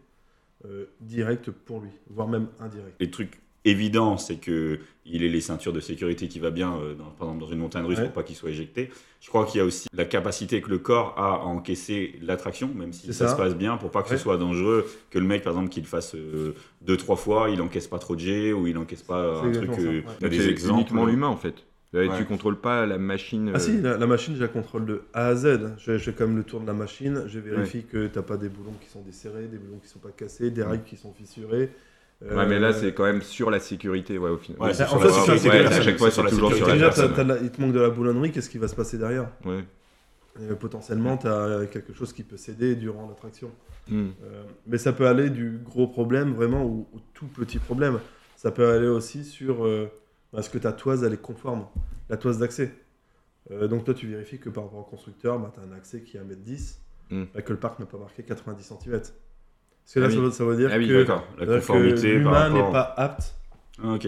Speaker 3: euh, direct pour lui, voire même indirect.
Speaker 1: Les trucs évidents, c'est que il ait les ceintures de sécurité qui va bien, euh, dans- par exemple dans une montagne russe
Speaker 3: Ouais.
Speaker 1: pour pas qu'il soit éjecté. Je crois qu'il y a aussi la capacité que le corps a à encaisser l'attraction, même si
Speaker 3: C'est
Speaker 1: ça,
Speaker 3: ça.
Speaker 1: se passe bien, pour pas que
Speaker 3: Ouais.
Speaker 1: ce soit dangereux, que le mec par exemple qu'il le fasse euh, deux trois fois, il encaisse pas trop de jets ou il encaisse pas euh,
Speaker 3: C'est
Speaker 1: un truc.
Speaker 3: exactement
Speaker 1: euh,
Speaker 3: ça, ouais.
Speaker 1: t'as
Speaker 2: Donc,
Speaker 1: des
Speaker 2: C'est
Speaker 1: exemples.
Speaker 2: uniquement l'humain en fait. Euh,
Speaker 1: Ouais.
Speaker 2: Tu contrôles pas la machine. euh,
Speaker 3: Ah si, la, la machine, je la contrôle de A à Z. Je, je fais quand même le tour de la machine, je vérifie que t'as pas des boulons qui sont desserrés, des boulons qui sont pas cassés, des règles qui sont fissurées.
Speaker 2: Ouais, mais là
Speaker 3: Euh,
Speaker 2: c'est quand même sur la sécurité, ouais, au final.
Speaker 1: Ouais,
Speaker 2: Ouais,
Speaker 1: c'est
Speaker 3: en
Speaker 1: sur
Speaker 3: fait,
Speaker 1: la
Speaker 3: c'est sur la
Speaker 1: sécurité de la
Speaker 2: ouais, à
Speaker 1: personne,
Speaker 2: chaque fois
Speaker 1: c'est sur
Speaker 2: c'est
Speaker 1: la
Speaker 2: toujours sur
Speaker 1: sécurité
Speaker 2: la
Speaker 1: de
Speaker 3: Déjà, t'as-
Speaker 2: personne.
Speaker 3: t'as de la- il te manque de la boulonnerie, qu'est-ce qui va se passer derrière
Speaker 2: Ouais.
Speaker 3: Euh, Potentiellement, tu as quelque chose qui peut céder durant l'attraction.
Speaker 2: Hmm.
Speaker 3: Euh, mais ça peut aller du gros problème vraiment au, au tout petit problème. Ça peut aller aussi sur euh, bah, est-ce que ta toise elle est conforme, la toise d'accès. Euh, donc toi tu vérifies que par rapport au constructeur, bah, tu as un accès qui est 1m10,
Speaker 1: Hmm.
Speaker 2: Mm.
Speaker 3: bah, que le parc n'a pas marqué 90 cm. Parce que là
Speaker 2: Ah
Speaker 3: ça,
Speaker 2: oui.
Speaker 3: veut, ça veut dire
Speaker 2: Ah oui,
Speaker 3: que,
Speaker 2: d'accord.
Speaker 1: La
Speaker 3: c'est-à-dire que
Speaker 1: conformité par
Speaker 3: l'humain
Speaker 1: rapport.
Speaker 3: n'est pas apte.
Speaker 1: Ah, Ok.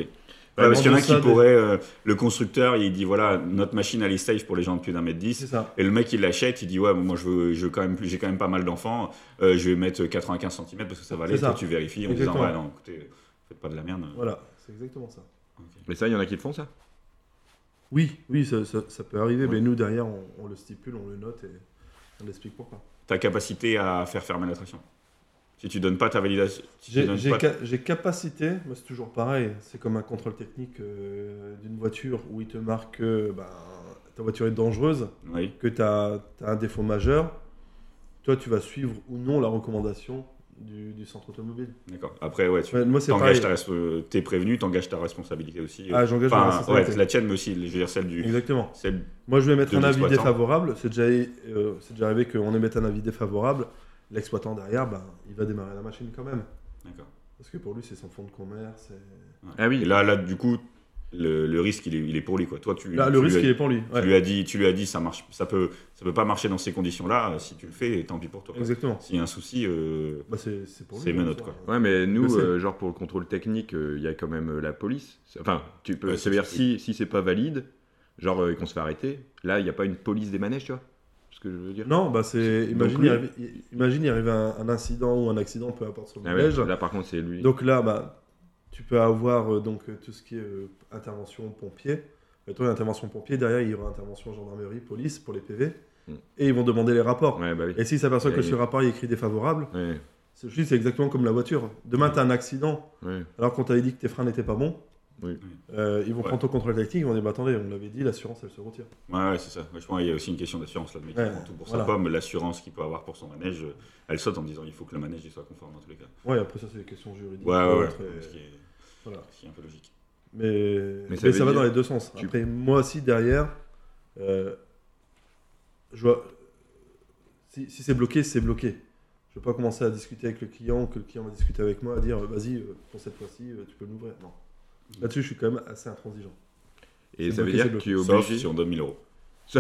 Speaker 3: Bah,
Speaker 1: Ouais, parce qu'il y en a
Speaker 3: ça,
Speaker 1: qui
Speaker 3: des-
Speaker 1: pourraient. euh, le constructeur, il dit voilà, notre machine, elle est safe pour les gens de plus d'un mètre dix.
Speaker 3: C'est ça.
Speaker 1: Et le mec, il l'achète, il dit ouais, bon, moi, je veux, je veux quand même plus, j'ai quand même pas mal d'enfants, euh, je vais mettre 95 cm parce que ça va aller.
Speaker 3: C'est ça.
Speaker 1: Toi, tu vérifies en
Speaker 3: Exactement.
Speaker 1: disant ouais, non, écoutez, faites pas de la merde.
Speaker 3: Voilà, c'est exactement ça.
Speaker 1: Ok.
Speaker 2: Mais ça, il y en a qui le font ça.
Speaker 3: Oui, oui, ça, ça- ça peut arriver,
Speaker 1: Ouais.
Speaker 3: mais nous derrière on, on le stipule, on le note et on explique pourquoi.
Speaker 1: Ta capacité à faire fermer l'attraction. Si tu donnes pas ta validation, si tu
Speaker 3: J'ai
Speaker 1: donnes
Speaker 3: j'ai
Speaker 1: pas-
Speaker 3: ca- j'ai capacité, moi c'est toujours pareil, c'est comme un contrôle technique euh, d'une voiture où il te marque que ben, ta voiture est dangereuse,
Speaker 1: Oui.
Speaker 3: que tu as, un défaut majeur. Toi, tu vas suivre ou non la recommandation du, du centre automobile.
Speaker 1: D'accord. Après, ouais, tu
Speaker 3: Ouais, moi, c'est pareil.
Speaker 1: t'engages ta res- t'es prévenu, t'engages ta responsabilité aussi.
Speaker 3: Ah, j'engage ma
Speaker 1: Enfin, ouais,
Speaker 3: responsabilité.
Speaker 1: la tienne, mais aussi, je veux dire celle du,
Speaker 3: Exactement.
Speaker 1: celle
Speaker 3: Moi, je vais mettre
Speaker 1: De
Speaker 3: un avis
Speaker 1: l'exploitant.
Speaker 3: défavorable. C'est déjà, euh, c'est déjà arrivé qu'on émette un avis défavorable. L'exploitant derrière, ben, il va démarrer la machine quand même.
Speaker 1: D'accord.
Speaker 3: Parce que pour lui, c'est son fonds de commerce. et-
Speaker 2: Ah oui.
Speaker 1: Et là, là, du coup, le, le risque, il est, il est pour lui. Quoi. Toi, tu,
Speaker 3: Là,
Speaker 1: tu
Speaker 3: le
Speaker 1: lui
Speaker 3: risque,
Speaker 1: as-
Speaker 3: il est pour lui.
Speaker 1: tu
Speaker 3: Ouais.
Speaker 1: lui as dit, tu lui as dit, ça marche, ça peut, ça peut pas marcher dans ces conditions-là. Si tu le fais, tant pis pour toi. quoi.
Speaker 3: Exactement.
Speaker 1: S'il y a un souci, euh,
Speaker 3: Bah, c'est c'est pour lui.
Speaker 1: C'est
Speaker 3: hein,
Speaker 1: menottes,
Speaker 3: ça.
Speaker 1: quoi.
Speaker 2: Ouais, mais
Speaker 3: Je
Speaker 2: nous,
Speaker 3: sais.
Speaker 2: euh, genre pour le contrôle technique, euh, il y a quand même euh, la police. C'est- Enfin, tu peux.
Speaker 1: Ouais, c'est
Speaker 2: C'est-à-dire,
Speaker 1: sûr.
Speaker 2: si, si c'est pas valide, genre euh, qu'on se fait arrêter, là, il n'y a pas une police des manèges, tu vois Ce que je veux dire.
Speaker 3: Non, bah c'est. Imagine,
Speaker 2: lui-
Speaker 3: il arrive, il- imagine, il arrive un, un incident ou un accident, peu importe sur le
Speaker 2: Ah ouais,
Speaker 3: manège.
Speaker 2: là, par contre, c'est lui.
Speaker 3: Donc là, bah, tu peux avoir euh, donc euh, tout ce qui est euh, intervention pompier. Mettons, il y a intervention pompier, derrière, il y aura intervention gendarmerie, police pour les PV.
Speaker 2: Mm.
Speaker 3: Et ils vont demander les rapports.
Speaker 2: Ouais, bah oui.
Speaker 3: Et s'ils s'aperçoivent que
Speaker 2: Et-
Speaker 3: ce rapport il est écrit défavorable,
Speaker 2: Ouais,
Speaker 3: c'est juste, c'est exactement comme la voiture. Demain, tu as un accident,
Speaker 2: ouais.
Speaker 3: alors qu'on t'avait dit que tes freins n'étaient pas bons.
Speaker 2: Oui.
Speaker 3: euh, ils vont
Speaker 1: Ouais.
Speaker 3: prendre ton contrôle tactique, ils vont dire bah, attendez, on l'avait dit, l'assurance elle se retire.
Speaker 1: ouais, ouais, c'est ça. Moi, je pense qu'il y a aussi une question d'assurance là. Le mec qui
Speaker 3: Ouais,
Speaker 1: prend tout pour
Speaker 3: voilà.
Speaker 1: sa pomme, l'assurance qu'il peut avoir pour son manège, euh, elle saute en disant, il faut que le manège il soit conforme dans tous les cas.
Speaker 3: Ouais, après ça, c'est des questions juridiques.
Speaker 1: Ouais, ouais, ouais.
Speaker 3: autres, et-
Speaker 1: Ce qui est-
Speaker 3: voilà.
Speaker 1: ce qui est un peu logique.
Speaker 3: Mais, mais ça,
Speaker 2: ça veut
Speaker 3: va
Speaker 2: dire-
Speaker 3: dans les deux sens.
Speaker 2: tu-
Speaker 3: Après, moi aussi, derrière, euh, je vois. Si, si c'est bloqué, c'est bloqué. Je ne vais pas commencer à discuter avec le client ou que le client va discuter avec moi, à dire vas-y, euh, pour cette fois-ci, euh, tu peux l'ouvrir. Non.
Speaker 2: Mm.
Speaker 3: Là-dessus, je suis quand même assez intransigeant.
Speaker 2: Et
Speaker 3: C'est
Speaker 2: ça veut
Speaker 3: bloqué,
Speaker 2: dire
Speaker 3: c'est
Speaker 2: que
Speaker 3: bloqué.
Speaker 2: tu es
Speaker 1: Sauf
Speaker 2: obligé.
Speaker 1: si on donne 1000 euros.
Speaker 3: Ah,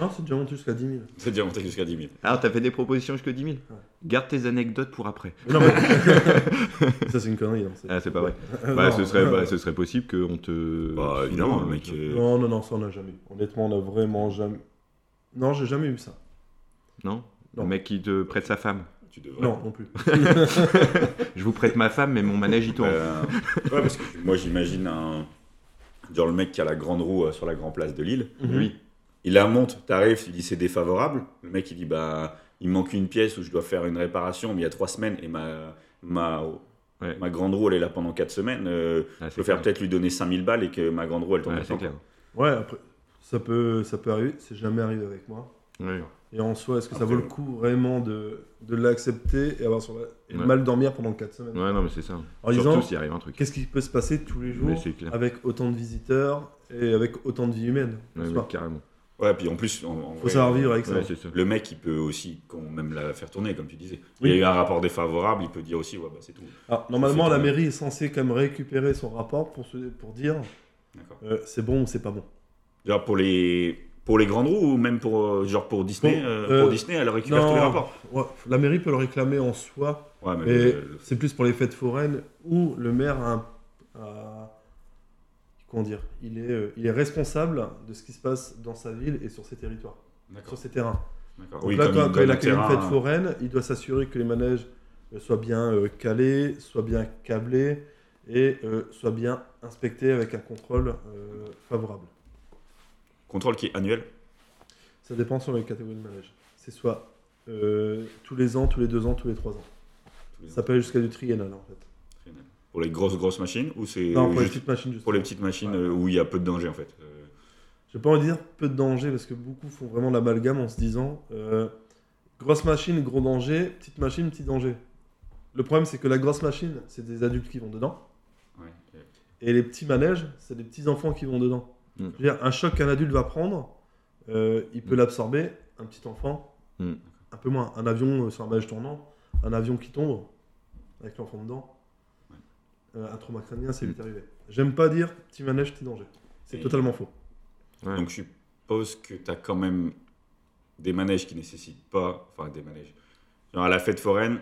Speaker 3: non, c'est déjà monté jusqu'à 10 000.
Speaker 1: C'est déjà monté jusqu'à 10 000.
Speaker 2: Alors, Ah, t'as fait des propositions jusqu'à 10 000
Speaker 3: Ouais.
Speaker 2: Garde tes anecdotes pour après.
Speaker 3: Mais non, mais- ça, c'est une connerie. hein,
Speaker 2: Ah, c'est pas vrai.
Speaker 3: Euh,
Speaker 2: Bah,
Speaker 3: non.
Speaker 2: ce, serait, bah, ce serait possible qu'on te.
Speaker 1: Bah, évidemment, le mec. euh,
Speaker 3: Non, non, non, ça, on n'a jamais eu. Honnêtement, on n'a vraiment jamais. Non, j'ai jamais eu ça.
Speaker 2: Non
Speaker 3: Non.
Speaker 2: Le mec qui te prête sa femme.
Speaker 1: euh, Tu devrais.
Speaker 3: Non, non plus.
Speaker 2: Je vous prête ma femme, mais mon manège, il tourne.
Speaker 1: Euh, ouais, parce que moi, j'imagine un. Genre le mec qui a la grande roue euh, sur la grande place de Lille.
Speaker 2: Oui.
Speaker 1: Il la monte, t'arrives, il dit c'est défavorable. Le mec, il dit bah, il me manque une pièce ou je dois faire une réparation, mais il y a trois semaines et ma. ma
Speaker 2: Ouais.
Speaker 1: Ma grande roue, elle est là pendant quatre semaines. euh,
Speaker 2: Ah,
Speaker 1: je
Speaker 2: c'est
Speaker 1: peux faire
Speaker 2: clair.
Speaker 1: peut-être lui donner 5000 balles et que ma grande roue, elle tombe
Speaker 2: Ouais,
Speaker 1: en
Speaker 2: c'est
Speaker 1: temps.
Speaker 2: clair.
Speaker 3: Ouais, après, ça peut, ça peut arriver. C'est jamais arrivé avec moi.
Speaker 2: Ouais.
Speaker 3: Et en soi, est-ce que ça
Speaker 1: Après,
Speaker 3: vaut le coup vraiment de, de l'accepter et, avoir sur la- et
Speaker 2: Ouais.
Speaker 3: mal dormir pendant 4 semaines
Speaker 2: Ouais, non, mais c'est ça.
Speaker 3: En
Speaker 2: Surtout
Speaker 3: disant,
Speaker 2: s'il arrive un truc.
Speaker 3: qu'est-ce qui peut se passer tous les
Speaker 2: Mais
Speaker 3: jours
Speaker 2: c'est clair.
Speaker 3: avec autant de visiteurs et avec autant de vies humaines
Speaker 2: Ouais,
Speaker 3: n'est-ce
Speaker 2: ouais,
Speaker 3: pas
Speaker 2: carrément.
Speaker 1: Ouais, puis en plus, en, en
Speaker 3: bah, Faut
Speaker 1: vrai,
Speaker 3: savoir vivre avec ça.
Speaker 2: Ouais, c'est ça.
Speaker 1: le mec, il peut aussi quand même la faire tourner, comme tu disais. Il
Speaker 3: Oui.
Speaker 1: y a eu un rapport défavorable, il peut dire aussi, ouais, bah, c'est tout.
Speaker 3: Alors, normalement,
Speaker 1: C'est
Speaker 3: la
Speaker 1: quand même-
Speaker 3: mairie est censée quand même récupérer son rapport pour, se, pour dire
Speaker 1: D'accord.
Speaker 3: euh, c'est bon ou c'est pas bon.
Speaker 1: Genre pour les pour les grandes roues ou même pour euh, genre pour Disney
Speaker 3: Pour-
Speaker 1: euh,
Speaker 3: euh,
Speaker 1: pour Disney elle récupère
Speaker 3: non.
Speaker 1: tous les rapports.
Speaker 3: Ouais, la mairie peut le réclamer en soi,
Speaker 1: Ouais mais, euh,
Speaker 3: mais
Speaker 1: le- le-
Speaker 3: c'est plus pour les fêtes foraines où le maire a, un- a- comment dire, il est, euh, il est responsable de ce qui se passe dans sa ville et sur ses territoires, sur
Speaker 1: d'accord.
Speaker 3: ses terrains.
Speaker 1: d'accord.
Speaker 3: Donc
Speaker 1: Oui,
Speaker 3: là,
Speaker 1: comme
Speaker 3: quand,
Speaker 1: une
Speaker 3: quand il
Speaker 1: donne
Speaker 3: accueille
Speaker 1: terrain, hein.
Speaker 3: une fête foraine, il doit s'assurer que les manèges euh, soient bien euh, calés, soient bien câblés et euh, soient bien inspectés avec un contrôle euh, favorable.
Speaker 1: euh, contrôle qui est annuel.
Speaker 3: Ça dépend sur les catégories de manèges. C'est soit euh, tous les ans, tous les deux ans, tous les trois ans.
Speaker 1: tous les
Speaker 3: Ça
Speaker 1: ans.
Speaker 3: peut aller jusqu'à du triennal en fait.
Speaker 1: Pour les grosses grosses machines ou c'est
Speaker 3: non, pour les
Speaker 1: juste
Speaker 3: petites machines, justement.
Speaker 1: pour les petites machines
Speaker 3: Ouais.
Speaker 1: euh, où il y a peu de danger en fait. Euh,
Speaker 3: Je vais pas en dire peu de danger parce que beaucoup font vraiment l'amalgame en se disant euh, grosse machine, gros danger, petite machine, petit danger. Le problème, c'est que la grosse machine, c'est des adultes qui vont dedans.
Speaker 1: ouais, euh,
Speaker 3: Et les petits manèges, c'est des petits enfants qui vont dedans.
Speaker 2: Mm.
Speaker 3: Je veux dire, un choc qu'un adulte va prendre, euh, il peut
Speaker 2: Mm.
Speaker 3: l'absorber. Un petit enfant,
Speaker 2: Mm.
Speaker 3: un peu moins. Un avion euh, sur un manège tournant, un avion qui tombe avec l'enfant dedans,
Speaker 1: Ouais.
Speaker 3: Euh, un trauma crânien, c'est
Speaker 2: Mm.
Speaker 3: vite arrivé. J'aime pas dire petit manège, petit danger. C'est
Speaker 1: Et-
Speaker 3: totalement faux.
Speaker 2: Ouais.
Speaker 1: Donc je suppose que tu as quand même des manèges qui nécessitent pas enfin des manèges. Genre à la fête foraine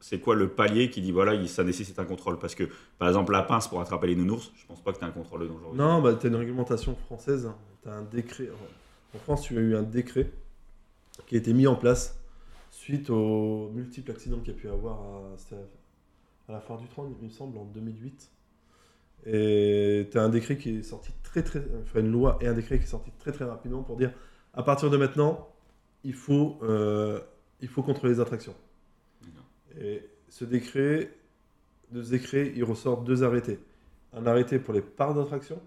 Speaker 1: c'est quoi le palier qui dit voilà il- ça nécessite un contrôle parce que par exemple la pince pour attraper les nounours je pense pas que tu as un contrôle de dangerosité.
Speaker 3: Non, bah, tu as une réglementation française, tu as un décret. En France, tu as eu un décret qui a été mis en place suite aux multiples accidents qu'il y a pu avoir à, c'était à la foire du Trône, il me semble, en 2008. Et tu as un décret qui est sorti très très. Enfin, une loi et un décret qui est sorti très très rapidement pour dire à partir de maintenant, il faut, euh, il faut contrôler les attractions.
Speaker 1: D'accord.
Speaker 3: Et ce décret, de ce décret, il ressort deux arrêtés. Un arrêté pour les parcs d'attraction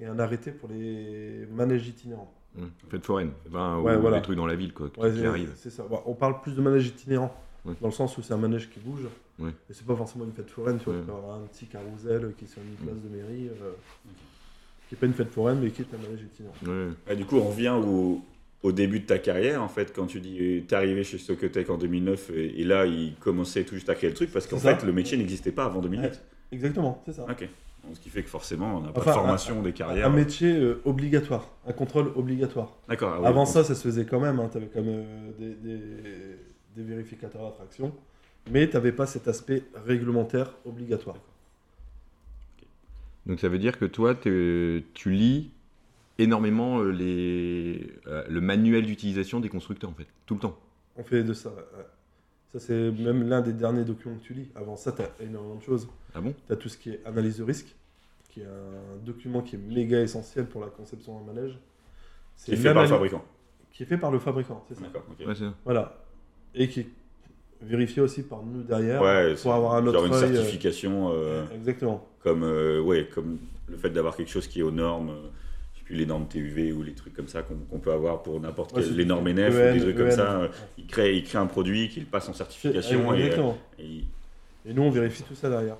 Speaker 3: et un arrêté pour les manèges itinérants.
Speaker 2: Hum. Fête foraine. Ben,
Speaker 3: Ouais,
Speaker 2: ou
Speaker 3: voilà.
Speaker 2: des trucs dans la ville, quoi.
Speaker 3: Ouais,
Speaker 2: qui
Speaker 3: c'est-
Speaker 2: arrive.
Speaker 3: c'est ça. Bon, on parle plus de manège itinérant,
Speaker 2: Ouais.
Speaker 3: dans le sens où c'est un manège qui bouge.
Speaker 2: Ouais.
Speaker 3: Et c'est pas forcément une fête foraine, tu vois,
Speaker 2: Ouais.
Speaker 3: tu peux avoir un petit carousel qui est sur une
Speaker 2: Mm.
Speaker 3: place de mairie, euh, qui n'est pas une fête foraine, mais qui est un manège itinérant.
Speaker 2: Ouais.
Speaker 1: Ouais, Bah, du coup, on revient au, au début de ta carrière, en fait, quand tu dis euh, t'es arrivé chez Socotec en 2009, et, et là, ils commençaient tout juste à créer le truc, parce qu'en
Speaker 3: C'est ça.
Speaker 1: fait, le métier n'existait pas avant 2009.
Speaker 3: Exactement, c'est ça.
Speaker 1: Ok. Ce qui fait que forcément, on n'a pas
Speaker 3: Enfin,
Speaker 1: de formation, des carrières.
Speaker 3: Un métier euh, obligatoire, un contrôle obligatoire.
Speaker 1: D'accord. ah oui,
Speaker 3: Avant
Speaker 1: donc-
Speaker 3: ça, ça se faisait quand même. tu avais quand même euh, des, des- des vérificateurs d'attraction. Mais tu n'avais pas cet aspect réglementaire obligatoire.
Speaker 2: Donc ça veut dire que toi, t'es- tu lis énormément euh, les, euh, le manuel d'utilisation des constructeurs, en fait, tout le temps.
Speaker 3: On fait de ça. ouais. Ça, c'est même l'un des derniers documents que tu lis. Avant ça, tu as énormément de choses.
Speaker 2: Ah bon
Speaker 3: Tu as tout ce qui est analyse de risque, qui est un document qui est méga essentiel pour la conception d'un manège.
Speaker 1: Qui
Speaker 3: C'est
Speaker 1: est fait par le
Speaker 3: l'analyse-
Speaker 1: fabricant.
Speaker 3: Qui est fait par le fabricant, c'est ça.
Speaker 1: D'accord. ok.
Speaker 2: Ouais, c'est ça.
Speaker 3: Voilà. Et qui est vérifié aussi par nous derrière
Speaker 1: Ouais, c'est
Speaker 3: pour avoir un autre
Speaker 1: genre une
Speaker 3: œil, euh,
Speaker 1: certification euh,
Speaker 3: Exactement.
Speaker 1: comme, euh, ouais, comme le fait d'avoir quelque chose qui est aux normes, euh, je sais plus les normes TUV ou les trucs comme ça qu'on qu'on peut avoir pour n'importe
Speaker 3: Ouais,
Speaker 1: quelle,
Speaker 3: c'est- E
Speaker 1: les normes NF ou
Speaker 3: EN,
Speaker 1: des trucs comme
Speaker 3: EN.
Speaker 1: ça. euh, Il crée, il crée un produit qu'il passe en certification et, euh,
Speaker 3: Exactement.
Speaker 1: et il-
Speaker 3: Et nous, on vérifie tout ça derrière.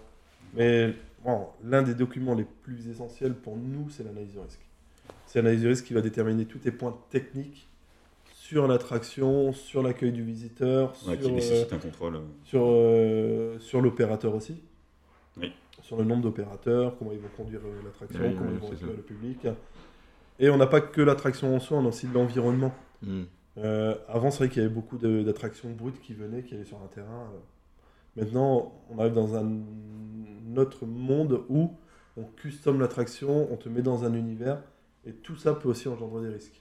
Speaker 3: Mais bon, l'un des documents les plus essentiels pour nous, c'est l'analyse de risque. C'est l'analyse de risque qui va déterminer tous tes points techniques sur l'attraction, sur l'accueil du visiteur,
Speaker 1: ouais,
Speaker 3: sur,
Speaker 1: qui
Speaker 3: euh,
Speaker 1: nécessite un contrôle. euh.
Speaker 3: sur, euh, sur l'opérateur aussi.
Speaker 1: Oui.
Speaker 3: Sur le nombre d'opérateurs, comment ils vont conduire euh, l'attraction,
Speaker 2: Oui, oui,
Speaker 3: comment
Speaker 2: oui,
Speaker 3: ils vont
Speaker 2: c'est
Speaker 3: conduire
Speaker 2: ça.
Speaker 3: le public. Et on n'a pas que l'attraction en soi, on a aussi l'environnement.
Speaker 2: Hmm.
Speaker 3: Euh, avant, c'est vrai qu'il y avait beaucoup de- d'attractions brutes qui venaient, qui allaient sur un terrain. euh. Maintenant, on arrive dans un autre monde où on custom l'attraction, on te met dans un univers, et tout ça peut aussi engendrer des risques.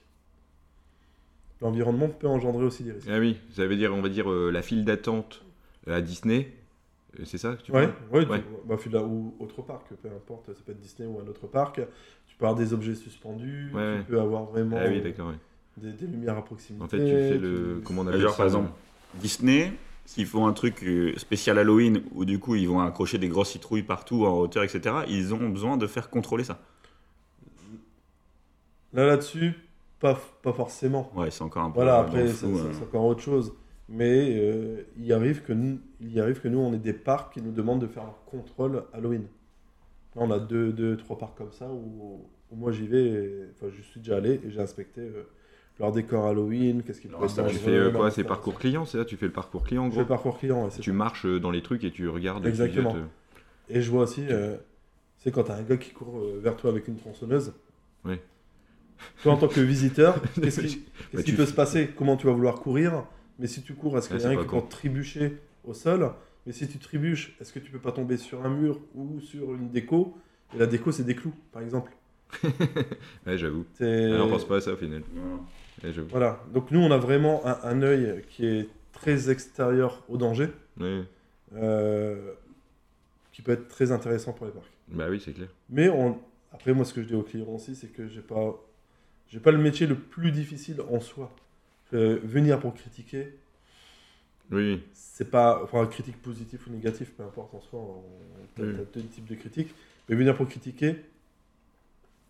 Speaker 3: L'environnement peut engendrer aussi des risques.
Speaker 2: Ah oui, ça veut dire, on va dire, euh, la file d'attente à Disney, euh, c'est ça que tu
Speaker 3: Ouais,
Speaker 2: parles
Speaker 3: ouais, tu-
Speaker 2: Ouais.
Speaker 3: bah, puis là, ou autre parc, peu importe, ça peut être Disney ou un autre parc. Tu peux avoir des objets suspendus,
Speaker 2: Ouais,
Speaker 3: tu
Speaker 2: ouais.
Speaker 3: peux avoir vraiment
Speaker 2: Ah oui, d'accord. ouais.
Speaker 3: des, des lumières à proximité.
Speaker 2: En fait, tu fais le.
Speaker 3: tu-
Speaker 2: Comment on appelle
Speaker 1: Genre,
Speaker 2: ça,
Speaker 1: par exemple, Disney, s'ils font un truc euh, spécial Halloween où du coup ils vont accrocher des grosses citrouilles partout en hauteur, etc., ils ont besoin de faire contrôler ça.
Speaker 3: Là, là-dessus, pas, pas forcément.
Speaker 1: Ouais, c'est encore un peu.
Speaker 3: Voilà,
Speaker 1: euh, dans
Speaker 3: après,
Speaker 1: le
Speaker 3: ça-
Speaker 1: flou,
Speaker 3: ça-
Speaker 1: euh.
Speaker 2: hein.
Speaker 3: c'est encore autre chose. Mais euh, il, arrive que nous, il arrive que nous, on est des parcs qui nous demandent de faire un contrôle Halloween. Là, on a deux, deux trois parcs comme ça où, où moi j'y vais, et- enfin, je suis déjà allé et j'ai inspecté euh, leur décor Halloween, qu'est-ce qu'ils
Speaker 1: Leur
Speaker 3: peuvent
Speaker 1: installation.
Speaker 2: Tu fais euh, quoi C'est parcours client, c'est ça Tu fais le parcours client, en
Speaker 3: Je fais
Speaker 2: gros
Speaker 3: parcours client, ouais, c'est
Speaker 2: Tu marches euh, dans les trucs et tu regardes. et tu
Speaker 3: Exactement.
Speaker 2: jettes, euh,
Speaker 3: Et je vois aussi, euh, c'est quand t'as un gars qui court euh, vers toi avec une tronçonneuse.
Speaker 2: Oui.
Speaker 3: Toi, en tant que visiteur, qu'est-ce qui, qu'est-ce qui
Speaker 2: tu-
Speaker 3: peut se passer Comment tu vas vouloir courir Mais si tu cours, est-ce qu'il
Speaker 2: Ah,
Speaker 3: y a
Speaker 2: c'est
Speaker 3: rien
Speaker 2: pas
Speaker 3: qui
Speaker 2: con.
Speaker 3: peut trébucher au sol Mais si tu trébuches, est-ce que tu peux pas tomber sur un mur ou sur une déco Et la déco, c'est des clous, par exemple.
Speaker 2: Ouais, j'avoue.
Speaker 3: C'est-
Speaker 2: Elle n'en pense Ah, pas à ça au final.
Speaker 1: Non.
Speaker 2: Ouais, j'avoue.
Speaker 3: Voilà. Donc nous, on a vraiment un, un œil qui est très extérieur au danger,
Speaker 2: Ouais.
Speaker 3: euh, qui peut être très intéressant pour les parcs.
Speaker 2: Bah oui, c'est clair.
Speaker 3: Mais on... après, moi, ce que je dis aux clients aussi, c'est que j'ai pas, j'ai pas le métier le plus difficile en soi. Euh, venir pour critiquer,
Speaker 2: Oui, oui.
Speaker 3: c'est pas, enfin, critique positive ou négative, peu importe en soi, on... t'as,
Speaker 2: Oui.
Speaker 3: t'as deux types de critiques. Mais venir pour critiquer,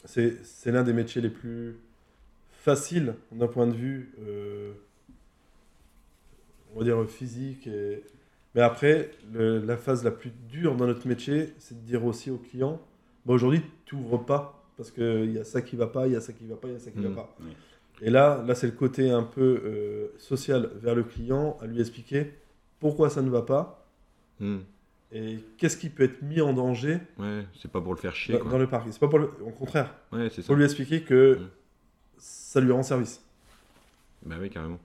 Speaker 3: c'est, c'est l'un des métiers les plus faciles d'un point de vue, euh, on va dire physique. et- Mais après, le- la phase la plus dure dans notre métier, c'est de dire aussi aux clients, bah aujourd'hui, tu ouvres pas parce qu'il y a ça qui va pas, il y a ça qui va pas, il y a ça qui
Speaker 2: Mhm.
Speaker 3: va pas.
Speaker 1: Oui.
Speaker 3: Et là, là c'est le côté un peu euh, social vers le client, à lui expliquer pourquoi ça ne va pas
Speaker 2: Hmm.
Speaker 3: et qu'est-ce qui peut être mis en danger
Speaker 2: Ouais, c'est pas pour le faire chier,
Speaker 3: dans,
Speaker 2: quoi.
Speaker 3: dans le parc. C'est pas pour le... Au contraire,
Speaker 2: Ouais, c'est ça.
Speaker 3: faut lui expliquer que
Speaker 2: Mhm.
Speaker 3: ça lui rend service.
Speaker 2: Bah oui, carrément.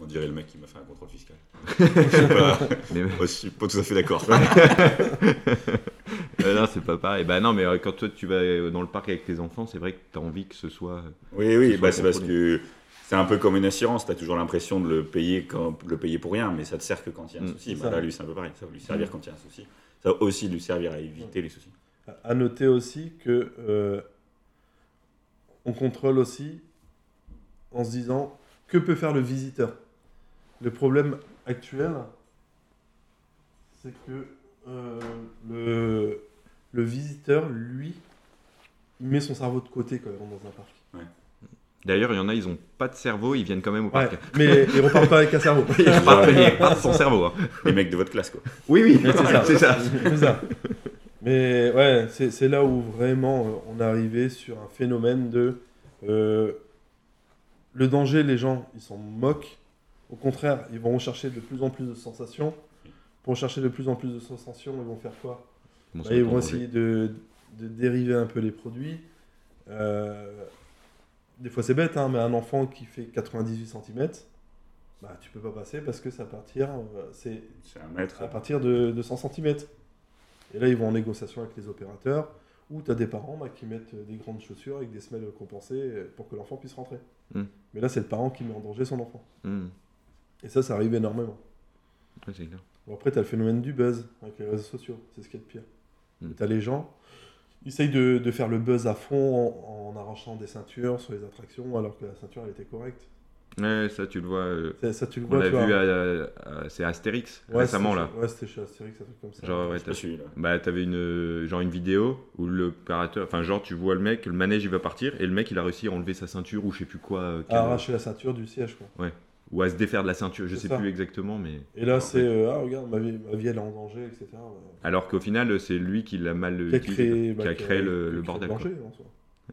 Speaker 1: On dirait le mec qui m'a fait un contrôle fiscal. Je suis pas,
Speaker 2: Mais...
Speaker 1: je suis pas tout à fait d'accord.
Speaker 2: Euh, non, c'est pas pareil. Bah non, mais euh, quand toi tu vas euh, dans le parc avec tes enfants, c'est vrai que t'as envie que ce soit. euh.
Speaker 1: Oui, oui,
Speaker 2: soit
Speaker 1: bah, c'est parce
Speaker 2: contrôlé.
Speaker 1: que c'est un peu comme une assurance. Tu as toujours l'impression de le payer, quand, le payer pour rien, mais ça te sert que quand il y a un
Speaker 2: Mm.
Speaker 1: souci.
Speaker 3: C'est
Speaker 1: Bah,
Speaker 3: ça. Mm.
Speaker 1: là, lui, c'est un peu pareil. Ça va lui servir quand il y a un souci. Ça va aussi lui servir à éviter les soucis.
Speaker 3: À noter aussi que euh, on contrôle aussi en se disant que peut faire le visiteur. Le problème actuel, c'est que euh, le, le visiteur, lui, il met son cerveau de côté quand il rentre dans un parc.
Speaker 2: D'ailleurs, il y en a, ils ont pas de cerveau, ils viennent quand même au
Speaker 3: Ouais,
Speaker 2: parc.
Speaker 3: mais il repart pas avec un cerveau.
Speaker 2: Ils repartent ils repartent sans cerveau. hein.
Speaker 1: Les mecs de votre classe, quoi.
Speaker 2: Oui, oui,
Speaker 3: Mais c'est ça.
Speaker 2: c'est ça.
Speaker 3: C'est ça. Mais ouais, c'est c'est là où vraiment euh, on est arrivé sur un phénomène de euh, le danger, les gens, ils s'en moquent. Au contraire, ils vont rechercher de plus en plus de sensations. Pour chercher de plus en plus de sensations, ils vont faire quoi
Speaker 2: Comment ça
Speaker 3: Là, ils
Speaker 2: va
Speaker 3: vont
Speaker 2: t'en manger
Speaker 3: essayer de, de dériver un peu les produits. Euh, des fois, c'est bête, hein, mais un enfant qui fait 98 cm, bah, tu peux pas passer parce que ça partir, euh, c'est
Speaker 1: C'est un mètre.
Speaker 3: à partir de, de 100 cm. Et là, ils vont en négociation avec les opérateurs, ou tu as des parents bah, qui mettent euh, des grandes chaussures avec des semelles compensées euh, pour que l'enfant puisse rentrer.
Speaker 2: Mm.
Speaker 3: Mais là, c'est le parent qui met en danger son enfant.
Speaker 2: Hum,
Speaker 3: Et ça, ça arrive énormément.
Speaker 2: ouais, c'est clair.
Speaker 3: Bon, après, tu as le phénomène du buzz avec les réseaux sociaux, c'est ce qui est de pire.
Speaker 2: Mm.
Speaker 3: Tu as les gens, ils essayent de, de faire le buzz à fond en, en arrachant des ceintures sur les attractions alors que la ceinture elle était correcte.
Speaker 2: Ouais, ça, tu le vois. euh,
Speaker 3: Ça, ça, tu le
Speaker 2: on
Speaker 3: vois,
Speaker 2: l'a
Speaker 3: tu vois.
Speaker 2: vu, à- à- à- c'est Astérix,
Speaker 3: Ouais,
Speaker 2: récemment,
Speaker 3: c'était
Speaker 2: là.
Speaker 3: chez- Ouais, c'était chez Astérix, un truc comme ça.
Speaker 2: Genre, ouais,
Speaker 1: Je sais pas
Speaker 2: t'as-
Speaker 1: si, là.
Speaker 2: bah, t'avais une, euh, genre une vidéo où l'opérateur, enfin, genre, tu vois le mec, le manège, il va partir, et le mec, il a réussi à enlever sa ceinture ou je sais plus quoi, euh,
Speaker 3: À
Speaker 2: quel-
Speaker 3: arracher la ceinture du siège, quoi.
Speaker 2: ou à se défaire de la ceinture, je
Speaker 3: C'est
Speaker 2: sais
Speaker 3: ça.
Speaker 2: plus exactement, mais.
Speaker 3: Et là, c'est euh, ah, regarde, ma vie, ma vie, elle est en danger, etc. ouais.
Speaker 2: Alors qu'au final, c'est lui qui l'a mal
Speaker 3: Qui a
Speaker 2: utilisé,
Speaker 3: créé,
Speaker 2: quoi.
Speaker 3: bah,
Speaker 2: Euh, qui a
Speaker 3: qui a-
Speaker 2: créé le,
Speaker 3: qui a
Speaker 2: le
Speaker 3: créé
Speaker 2: bordel. quoi.
Speaker 3: danger, en soi.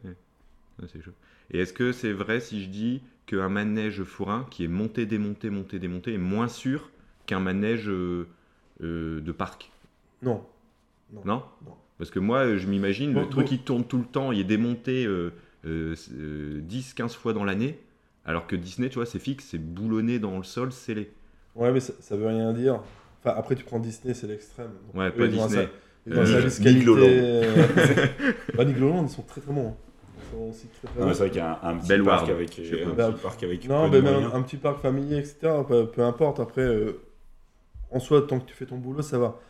Speaker 2: Ouais, c'est chaud. Et est-ce que c'est vrai si je dis qu'un manège forain qui est monté, démonté, monté, démonté est moins sûr qu'un manège euh, euh, de parc
Speaker 3: Non.
Speaker 2: Non
Speaker 3: Non.
Speaker 2: Parce que moi, euh, je m'imagine
Speaker 3: Bon,
Speaker 2: le truc
Speaker 3: bon.
Speaker 2: qui tourne tout le temps, il est démonté euh, euh, c- euh, 10-15 fois dans l'année, alors que Disney, tu vois, c'est fixe, c'est boulonné dans le sol, scellé.
Speaker 3: Ouais, mais ça, ça veut rien dire. Enfin, après, tu prends Disney, c'est l'extrême. Donc,
Speaker 2: Ouais,
Speaker 3: eux,
Speaker 2: pas
Speaker 3: ils ont un
Speaker 2: Disney.
Speaker 3: sa- ils ont un
Speaker 2: Euh,
Speaker 3: service
Speaker 1: Nick
Speaker 3: qualité.
Speaker 1: Lolland.
Speaker 3: euh, bah, Nick Lolland, ils sont très très bons. hein. Ils sont aussi très,
Speaker 1: Non,
Speaker 3: très bons.
Speaker 1: mais c'est vrai qu'il y a un, un petit
Speaker 2: Bellward.
Speaker 1: parc avec,
Speaker 2: Je sais
Speaker 1: un
Speaker 3: pas.
Speaker 1: petit parc avec
Speaker 3: Non,
Speaker 1: peu
Speaker 3: mais
Speaker 1: de
Speaker 3: même
Speaker 1: moyens.
Speaker 3: un, un petit parc familier, etc. Peu, peu importe. Après, euh, en soi, tant que tu fais ton boulot, ça va.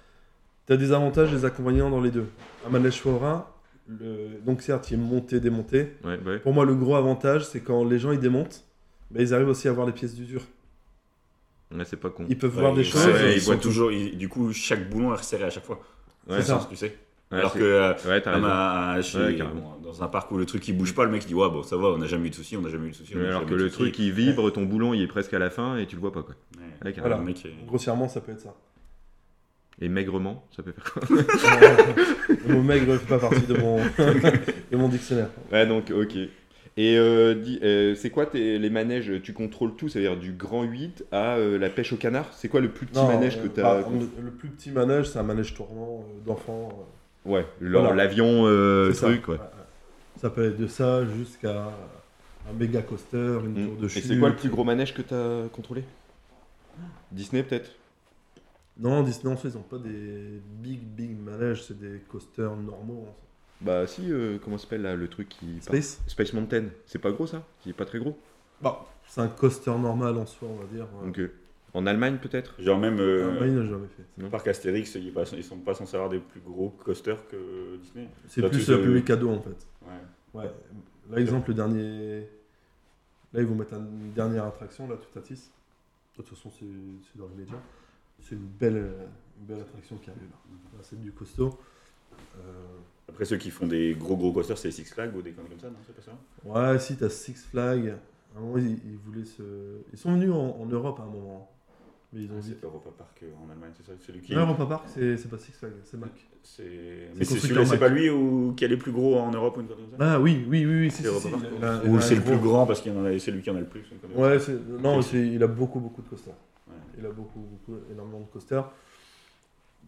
Speaker 3: Tu as des avantages, des inconvénients dans les deux. Un manège forain, le... donc certes, il est monté, démonté.
Speaker 2: Ouais, ouais.
Speaker 3: Pour moi, le gros avantage, c'est quand les gens ils démontent, mais ils arrivent aussi à voir les pièces d'usure.
Speaker 2: Ouais, c'est pas con.
Speaker 3: Ils peuvent
Speaker 1: Ouais,
Speaker 3: voir des
Speaker 1: ils-
Speaker 3: choses.
Speaker 1: ouais,
Speaker 2: Ouais,
Speaker 1: ils
Speaker 2: ils voient
Speaker 1: sont toujours. ils- du coup, chaque boulon est resserré à chaque fois.
Speaker 2: Ouais,
Speaker 3: c'est ça.
Speaker 1: Tu sais.
Speaker 2: Ouais,
Speaker 1: Alors
Speaker 2: c'est-
Speaker 1: que euh,
Speaker 2: Ouais, t'as
Speaker 1: même
Speaker 2: raison.
Speaker 1: à- à- chez-
Speaker 2: Ouais, carrément.
Speaker 1: bon, dans un parc où le truc il bouge pas, le mec il dit ouais bon ça va, on n'a jamais eu de soucis, on n'a jamais eu de soucis. on
Speaker 2: Ouais,
Speaker 1: n'a
Speaker 2: alors
Speaker 1: jamais
Speaker 2: que
Speaker 1: eu de
Speaker 2: le
Speaker 1: soucis.
Speaker 2: truc il vibre, ton boulon il est presque à la fin et tu le vois pas quoi.
Speaker 1: Ouais.
Speaker 2: Ouais,
Speaker 1: Le
Speaker 2: carrément.
Speaker 3: Voilà.
Speaker 1: mec est-
Speaker 3: Grossièrement, ça peut être ça.
Speaker 2: Et maigrement, ça peut faire quoi
Speaker 3: le mot maigre fait pas partie de mon, de mon dictionnaire.
Speaker 2: Ouais donc ok. Et euh, dis, euh, c'est quoi tes- les manèges Tu contrôles tout, c'est-à-dire du grand 8 à euh, la pêche au canard C'est quoi le plus petit
Speaker 3: Non,
Speaker 2: manège
Speaker 3: euh,
Speaker 2: que tu
Speaker 3: bah, Le plus petit manège, c'est un manège tournant euh, d'enfants. euh,
Speaker 2: Ouais, genre
Speaker 3: Voilà.
Speaker 2: l'avion euh,
Speaker 3: C'est ça.
Speaker 2: truc ouais.
Speaker 3: Ça peut aller de ça jusqu'à un méga coaster, une tour de
Speaker 2: Mm. Et
Speaker 3: chute.
Speaker 2: c'est quoi le plus gros manège que tu as contrôlé Disney peut-être
Speaker 3: Non, Disney en soi, ils n'ont pas des big, big manèges, c'est des coasters normaux. en soi.
Speaker 2: Bah si, euh, comment s'appelle là le truc qui... part-
Speaker 3: Space
Speaker 2: Space Mountain, c'est pas gros ça Il est pas très gros
Speaker 3: Bah, c'est un coaster normal en soi, on va dire. ouais.
Speaker 2: Donc, euh, En Allemagne peut-être
Speaker 1: Genre même euh,
Speaker 3: Ah, il n'a jamais fait.
Speaker 1: le parc Astérix, ils, passent- ils sont pas censés avoir des plus gros coasters que Disney.
Speaker 3: C'est
Speaker 1: Là,
Speaker 3: plus
Speaker 1: tu-
Speaker 3: euh, public cadeau en fait.
Speaker 1: Ouais.
Speaker 3: Ouais. Là, exemple, le dernier. Là, ils vont mettre une dernière attraction, là, tout à 10. De toute façon, c'est c'est dans les médias. C'est une belle, euh, une belle attraction qui arrive là. Là, c'est du costaud. Euh,
Speaker 1: Après ceux qui font des gros gros coasters, c'est Six Flags ou des conneries comme ça, non c'est pas ça
Speaker 3: Ouais, si, t'as Six Flags. À un moment, ils, ils voulaient se... Ils sont venus en, en Europe à un moment. hein. Mais ils ont dit...
Speaker 1: Ah, C'est Europa Park euh, en Allemagne, c'est ça Celui qui.
Speaker 3: Non, Europa Park, c'est c'est pas Six Flags, c'est Mac.
Speaker 1: C'est... Mais c'est
Speaker 3: constructeur
Speaker 1: celui-là, c'est
Speaker 3: Mac.
Speaker 1: pas lui ou qui est le plus gros en Europe ou une connerie comme ça
Speaker 3: Ah oui, oui, oui, oui, si,
Speaker 1: C'est
Speaker 3: si,
Speaker 1: Europa
Speaker 3: si,
Speaker 1: Park,
Speaker 3: il
Speaker 1: quoi.
Speaker 3: a- il a- il
Speaker 1: Ou
Speaker 3: a
Speaker 1: c'est
Speaker 3: un
Speaker 1: le plus
Speaker 3: gros-
Speaker 1: grand parce qu'il en a, c'est lui qui en a le plus. euh, une connerie comme ça.
Speaker 3: Ouais, Euh, c'est- non,
Speaker 1: Ok.
Speaker 3: c'est- il a beaucoup, beaucoup de coasters.
Speaker 1: Ouais.
Speaker 3: Il a beaucoup, beaucoup, énormément de coasters.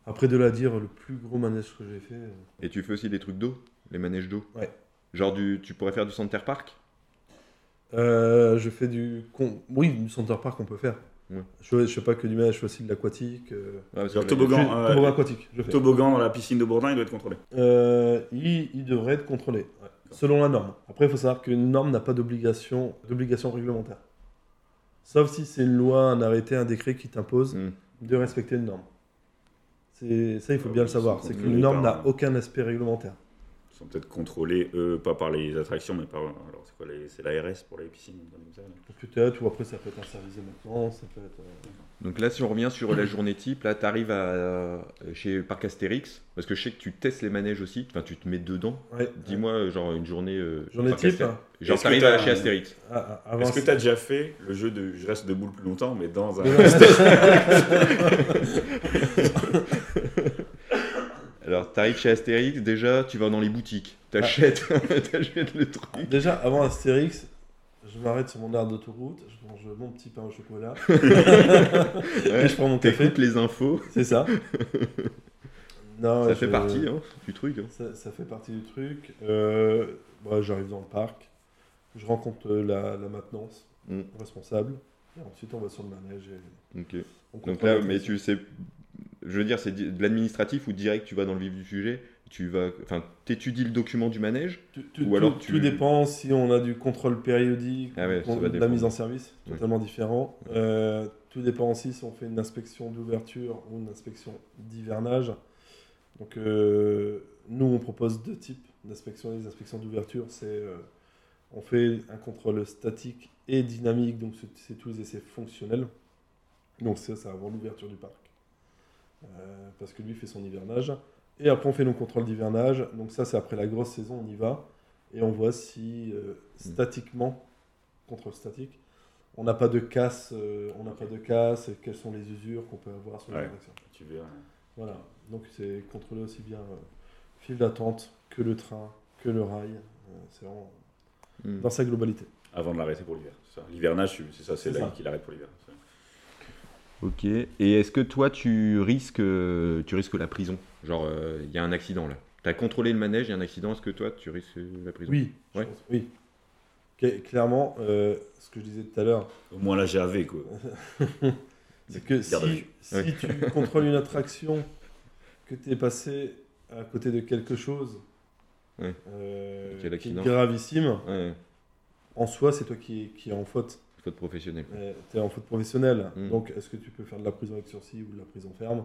Speaker 3: Après, de là à dire le plus gros manège que j'ai fait... euh,
Speaker 2: Et tu fais aussi des trucs d'eau, les manèges d'eau.
Speaker 3: Ouais.
Speaker 2: Genre du, tu pourrais faire du Center Park.
Speaker 3: Euh, je fais du... con- Oui, du Center Park, on peut faire.
Speaker 2: Ouais.
Speaker 3: Je, fais- je fais pas que du manège, je fais aussi de l'aquatique. euh,
Speaker 2: Ouais, parce
Speaker 1: Genre
Speaker 2: que-
Speaker 1: toboggan.
Speaker 3: je-
Speaker 1: euh,
Speaker 3: toboggan aquatique, je fais.
Speaker 1: Toboggan dans la piscine de Bourdin, il doit être contrôlé.
Speaker 3: Euh, il, il devrait être contrôlé, ouais, selon la norme. Après, il faut savoir qu'une norme n'a pas d'obligation d'obligation réglementaire. Sauf si c'est une loi, un arrêté, un décret qui t'impose
Speaker 2: Mm.
Speaker 3: de respecter une norme. C'est- Ça, il faut
Speaker 1: Ah
Speaker 3: bien
Speaker 1: oui,
Speaker 3: le savoir.
Speaker 1: c'est
Speaker 3: C'est qu'une
Speaker 1: contrôlé
Speaker 3: norme
Speaker 1: par-
Speaker 3: n'a aucun aspect réglementaire.
Speaker 1: Ils sont peut-être contrôlés, eux, pas par les attractions, mais par. Alors, c'est quoi les... C'est l'ARS pour les piscines, une connerie comme ça, là.
Speaker 3: Donc, tu théâtre, ou après, ça peut être un service de maintenance, ça peut être. euh,
Speaker 2: Donc là, si on revient sur la journée type, là, t'arrives à euh, chez Parc Astérix, parce que je sais que tu testes les manèges aussi. Enfin, tu te mets dedans.
Speaker 3: ouais,
Speaker 2: Dis-moi, euh, genre une journée. euh,
Speaker 3: J'en ai
Speaker 2: Parc
Speaker 3: type.
Speaker 2: Astérix.
Speaker 3: hein,
Speaker 2: Genre,
Speaker 1: Est-ce que
Speaker 2: t'arrives
Speaker 1: t'as
Speaker 2: à
Speaker 1: un-
Speaker 2: chez Astérix.
Speaker 3: à- à- Ah, avant
Speaker 1: Est-ce que
Speaker 3: ça.
Speaker 1: tu as déjà fait le jeu de je reste debout le plus longtemps, mais dans un.
Speaker 2: Alors, t'arrives chez Astérix. Déjà, tu vas dans les boutiques. T'achètes,
Speaker 3: Ah.
Speaker 2: t'achètes le truc.
Speaker 3: Déjà, avant Astérix, je m'arrête sur mon aire d'autoroute, je mange mon petit pain au chocolat, et
Speaker 2: Ouais,
Speaker 3: je prends mon café.
Speaker 2: T'écoutes les infos.
Speaker 3: Ah, C'est ça. Non,
Speaker 2: ça
Speaker 3: je-
Speaker 2: fait partie hein, du truc. hein.
Speaker 3: Ça, ça fait partie du truc. Euh, bah, J'arrive dans le parc, je rencontre euh, la, la maintenance
Speaker 2: Mm.
Speaker 3: responsable, et ensuite on va sur le manège. Et
Speaker 2: Ok.
Speaker 3: on
Speaker 2: Donc
Speaker 3: contrôle
Speaker 2: là,
Speaker 3: la
Speaker 2: mais
Speaker 3: traction.
Speaker 2: tu sais, je veux dire, c'est di- de l'administratif ou direct, tu vas dans le vif du sujet, tu vas, enfin, t'étudies le document du manège.
Speaker 3: Tout- tout-
Speaker 2: ou
Speaker 3: tout-
Speaker 2: alors
Speaker 3: tout
Speaker 2: tu-
Speaker 3: dépend si on a du contrôle périodique,
Speaker 2: Ah ouais, ça
Speaker 3: ou
Speaker 2: va
Speaker 3: de la
Speaker 2: dépendre.
Speaker 3: mise en service,
Speaker 2: Ouais.
Speaker 3: totalement différent.
Speaker 2: Ouais.
Speaker 3: Euh, tout dépend aussi si on fait une inspection d'ouverture ou une inspection d'hivernage. Donc euh, nous, on propose deux types d'inspections. Les inspections d'ouverture, c'est euh, on fait un contrôle statique et dynamique, donc c'est- c'est tous les essais fonctionnels. Donc ça, c'est avant l'ouverture du parc. Euh, parce que lui fait son hivernage. Et après, on fait nos contrôles d'hivernage. Donc ça, c'est après la grosse saison, on y va. Et on voit si euh, statiquement, contrôle statique, on n'a pas de casse, euh, on n'a pas de casse, et quelles sont les usures qu'on peut avoir sur les
Speaker 1: Ouais.
Speaker 3: tractions.
Speaker 1: Tu euh, verras.
Speaker 3: Voilà, donc c'est contrôler aussi bien euh, file d'attente que le train, que le rail. Euh, c'est vraiment
Speaker 2: Hmm.
Speaker 3: dans sa globalité.
Speaker 1: Avant de l'arrêter pour l'hiver. c'est ça. L'hivernage, tu- c'est ça, c'est
Speaker 3: C'est
Speaker 1: là
Speaker 3: ça.
Speaker 1: qu'il arrête pour l'hiver. c'est-
Speaker 2: Ok. Et est-ce que toi, tu risques, euh, tu risques la prison Genre, euh, il y a un accident là. T'as contrôlé le manège, il y a un accident. Est-ce que toi, tu risques euh, la prison
Speaker 3: Oui, je
Speaker 2: Ouais.
Speaker 3: pense, oui. Cla- Clairement, euh, ce que je disais tout à l'heure,
Speaker 1: Au moins la GAV, quoi.
Speaker 3: c'est que si,
Speaker 1: Garde à vue.
Speaker 3: si
Speaker 2: Ouais.
Speaker 3: tu contrôles une attraction, que tu es passé à côté de quelque chose
Speaker 2: Ouais.
Speaker 3: euh,
Speaker 2: Quel
Speaker 3: qui est
Speaker 2: accident.
Speaker 3: gravissime,
Speaker 2: Ouais,
Speaker 3: en soi, c'est toi qui, qui es en faute. Euh,
Speaker 2: faute professionnelle.
Speaker 3: tu es en faute professionnelle.
Speaker 2: Mm.
Speaker 3: Donc, est-ce que tu peux faire de la prison avec sursis ou de la prison ferme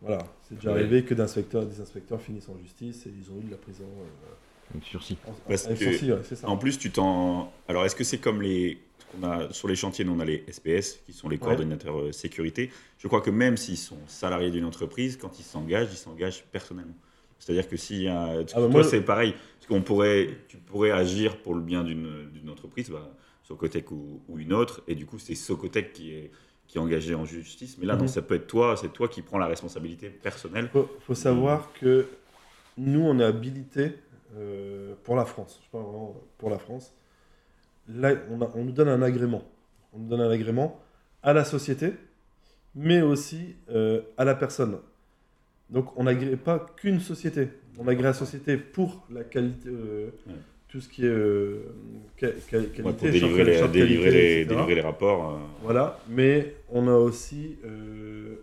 Speaker 3: Voilà, c'est déjà
Speaker 2: Ouais.
Speaker 3: arrivé que d'inspecteurs, des inspecteurs finissent en justice et ils ont eu de la prison euh,
Speaker 2: Donc, sursis.
Speaker 3: en-
Speaker 1: Parce
Speaker 3: avec
Speaker 1: que-
Speaker 3: sursis, ouais, c'est ça.
Speaker 1: En plus, tu t'en. Alors, est-ce que c'est comme les. On a, sur les chantiers, nous, on a les SPS, qui sont les coordonnateurs euh, sécurité. Je crois que même s'ils sont salariés d'une entreprise, quand ils s'engagent, ils s'engagent personnellement. C'est-à-dire que si.
Speaker 3: bah
Speaker 1: toi,
Speaker 3: moi, je-
Speaker 1: c'est pareil. Parce qu'on pourrait, tu pourrais agir pour le bien d'une d'une entreprise, bah, Socotec ou, ou une autre, et du coup, c'est Socotec qui est, qui est engagé en justice. Mais là, non,
Speaker 3: Mhm.
Speaker 1: ça peut être toi, c'est toi qui prends la responsabilité personnelle.
Speaker 3: faut, faut savoir que nous, on est habilité euh, pour la France. Je parle vraiment pour la France. Là, on, a- on nous donne un agrément. On nous donne un agrément à la société, mais aussi euh, à la personne. Donc, on n'agrée pas qu'une société. On agrée la société pour la qualité, euh,
Speaker 1: Ouais.
Speaker 3: tout ce qui est euh, qua- qua-
Speaker 1: Ouais,
Speaker 3: qualité,
Speaker 1: pour
Speaker 3: charte-
Speaker 1: délivrer les,
Speaker 3: charte
Speaker 1: délivrer
Speaker 3: qualité,
Speaker 1: les,
Speaker 3: etc.
Speaker 1: délivrer les rapports. euh,
Speaker 3: Voilà, mais on a aussi euh,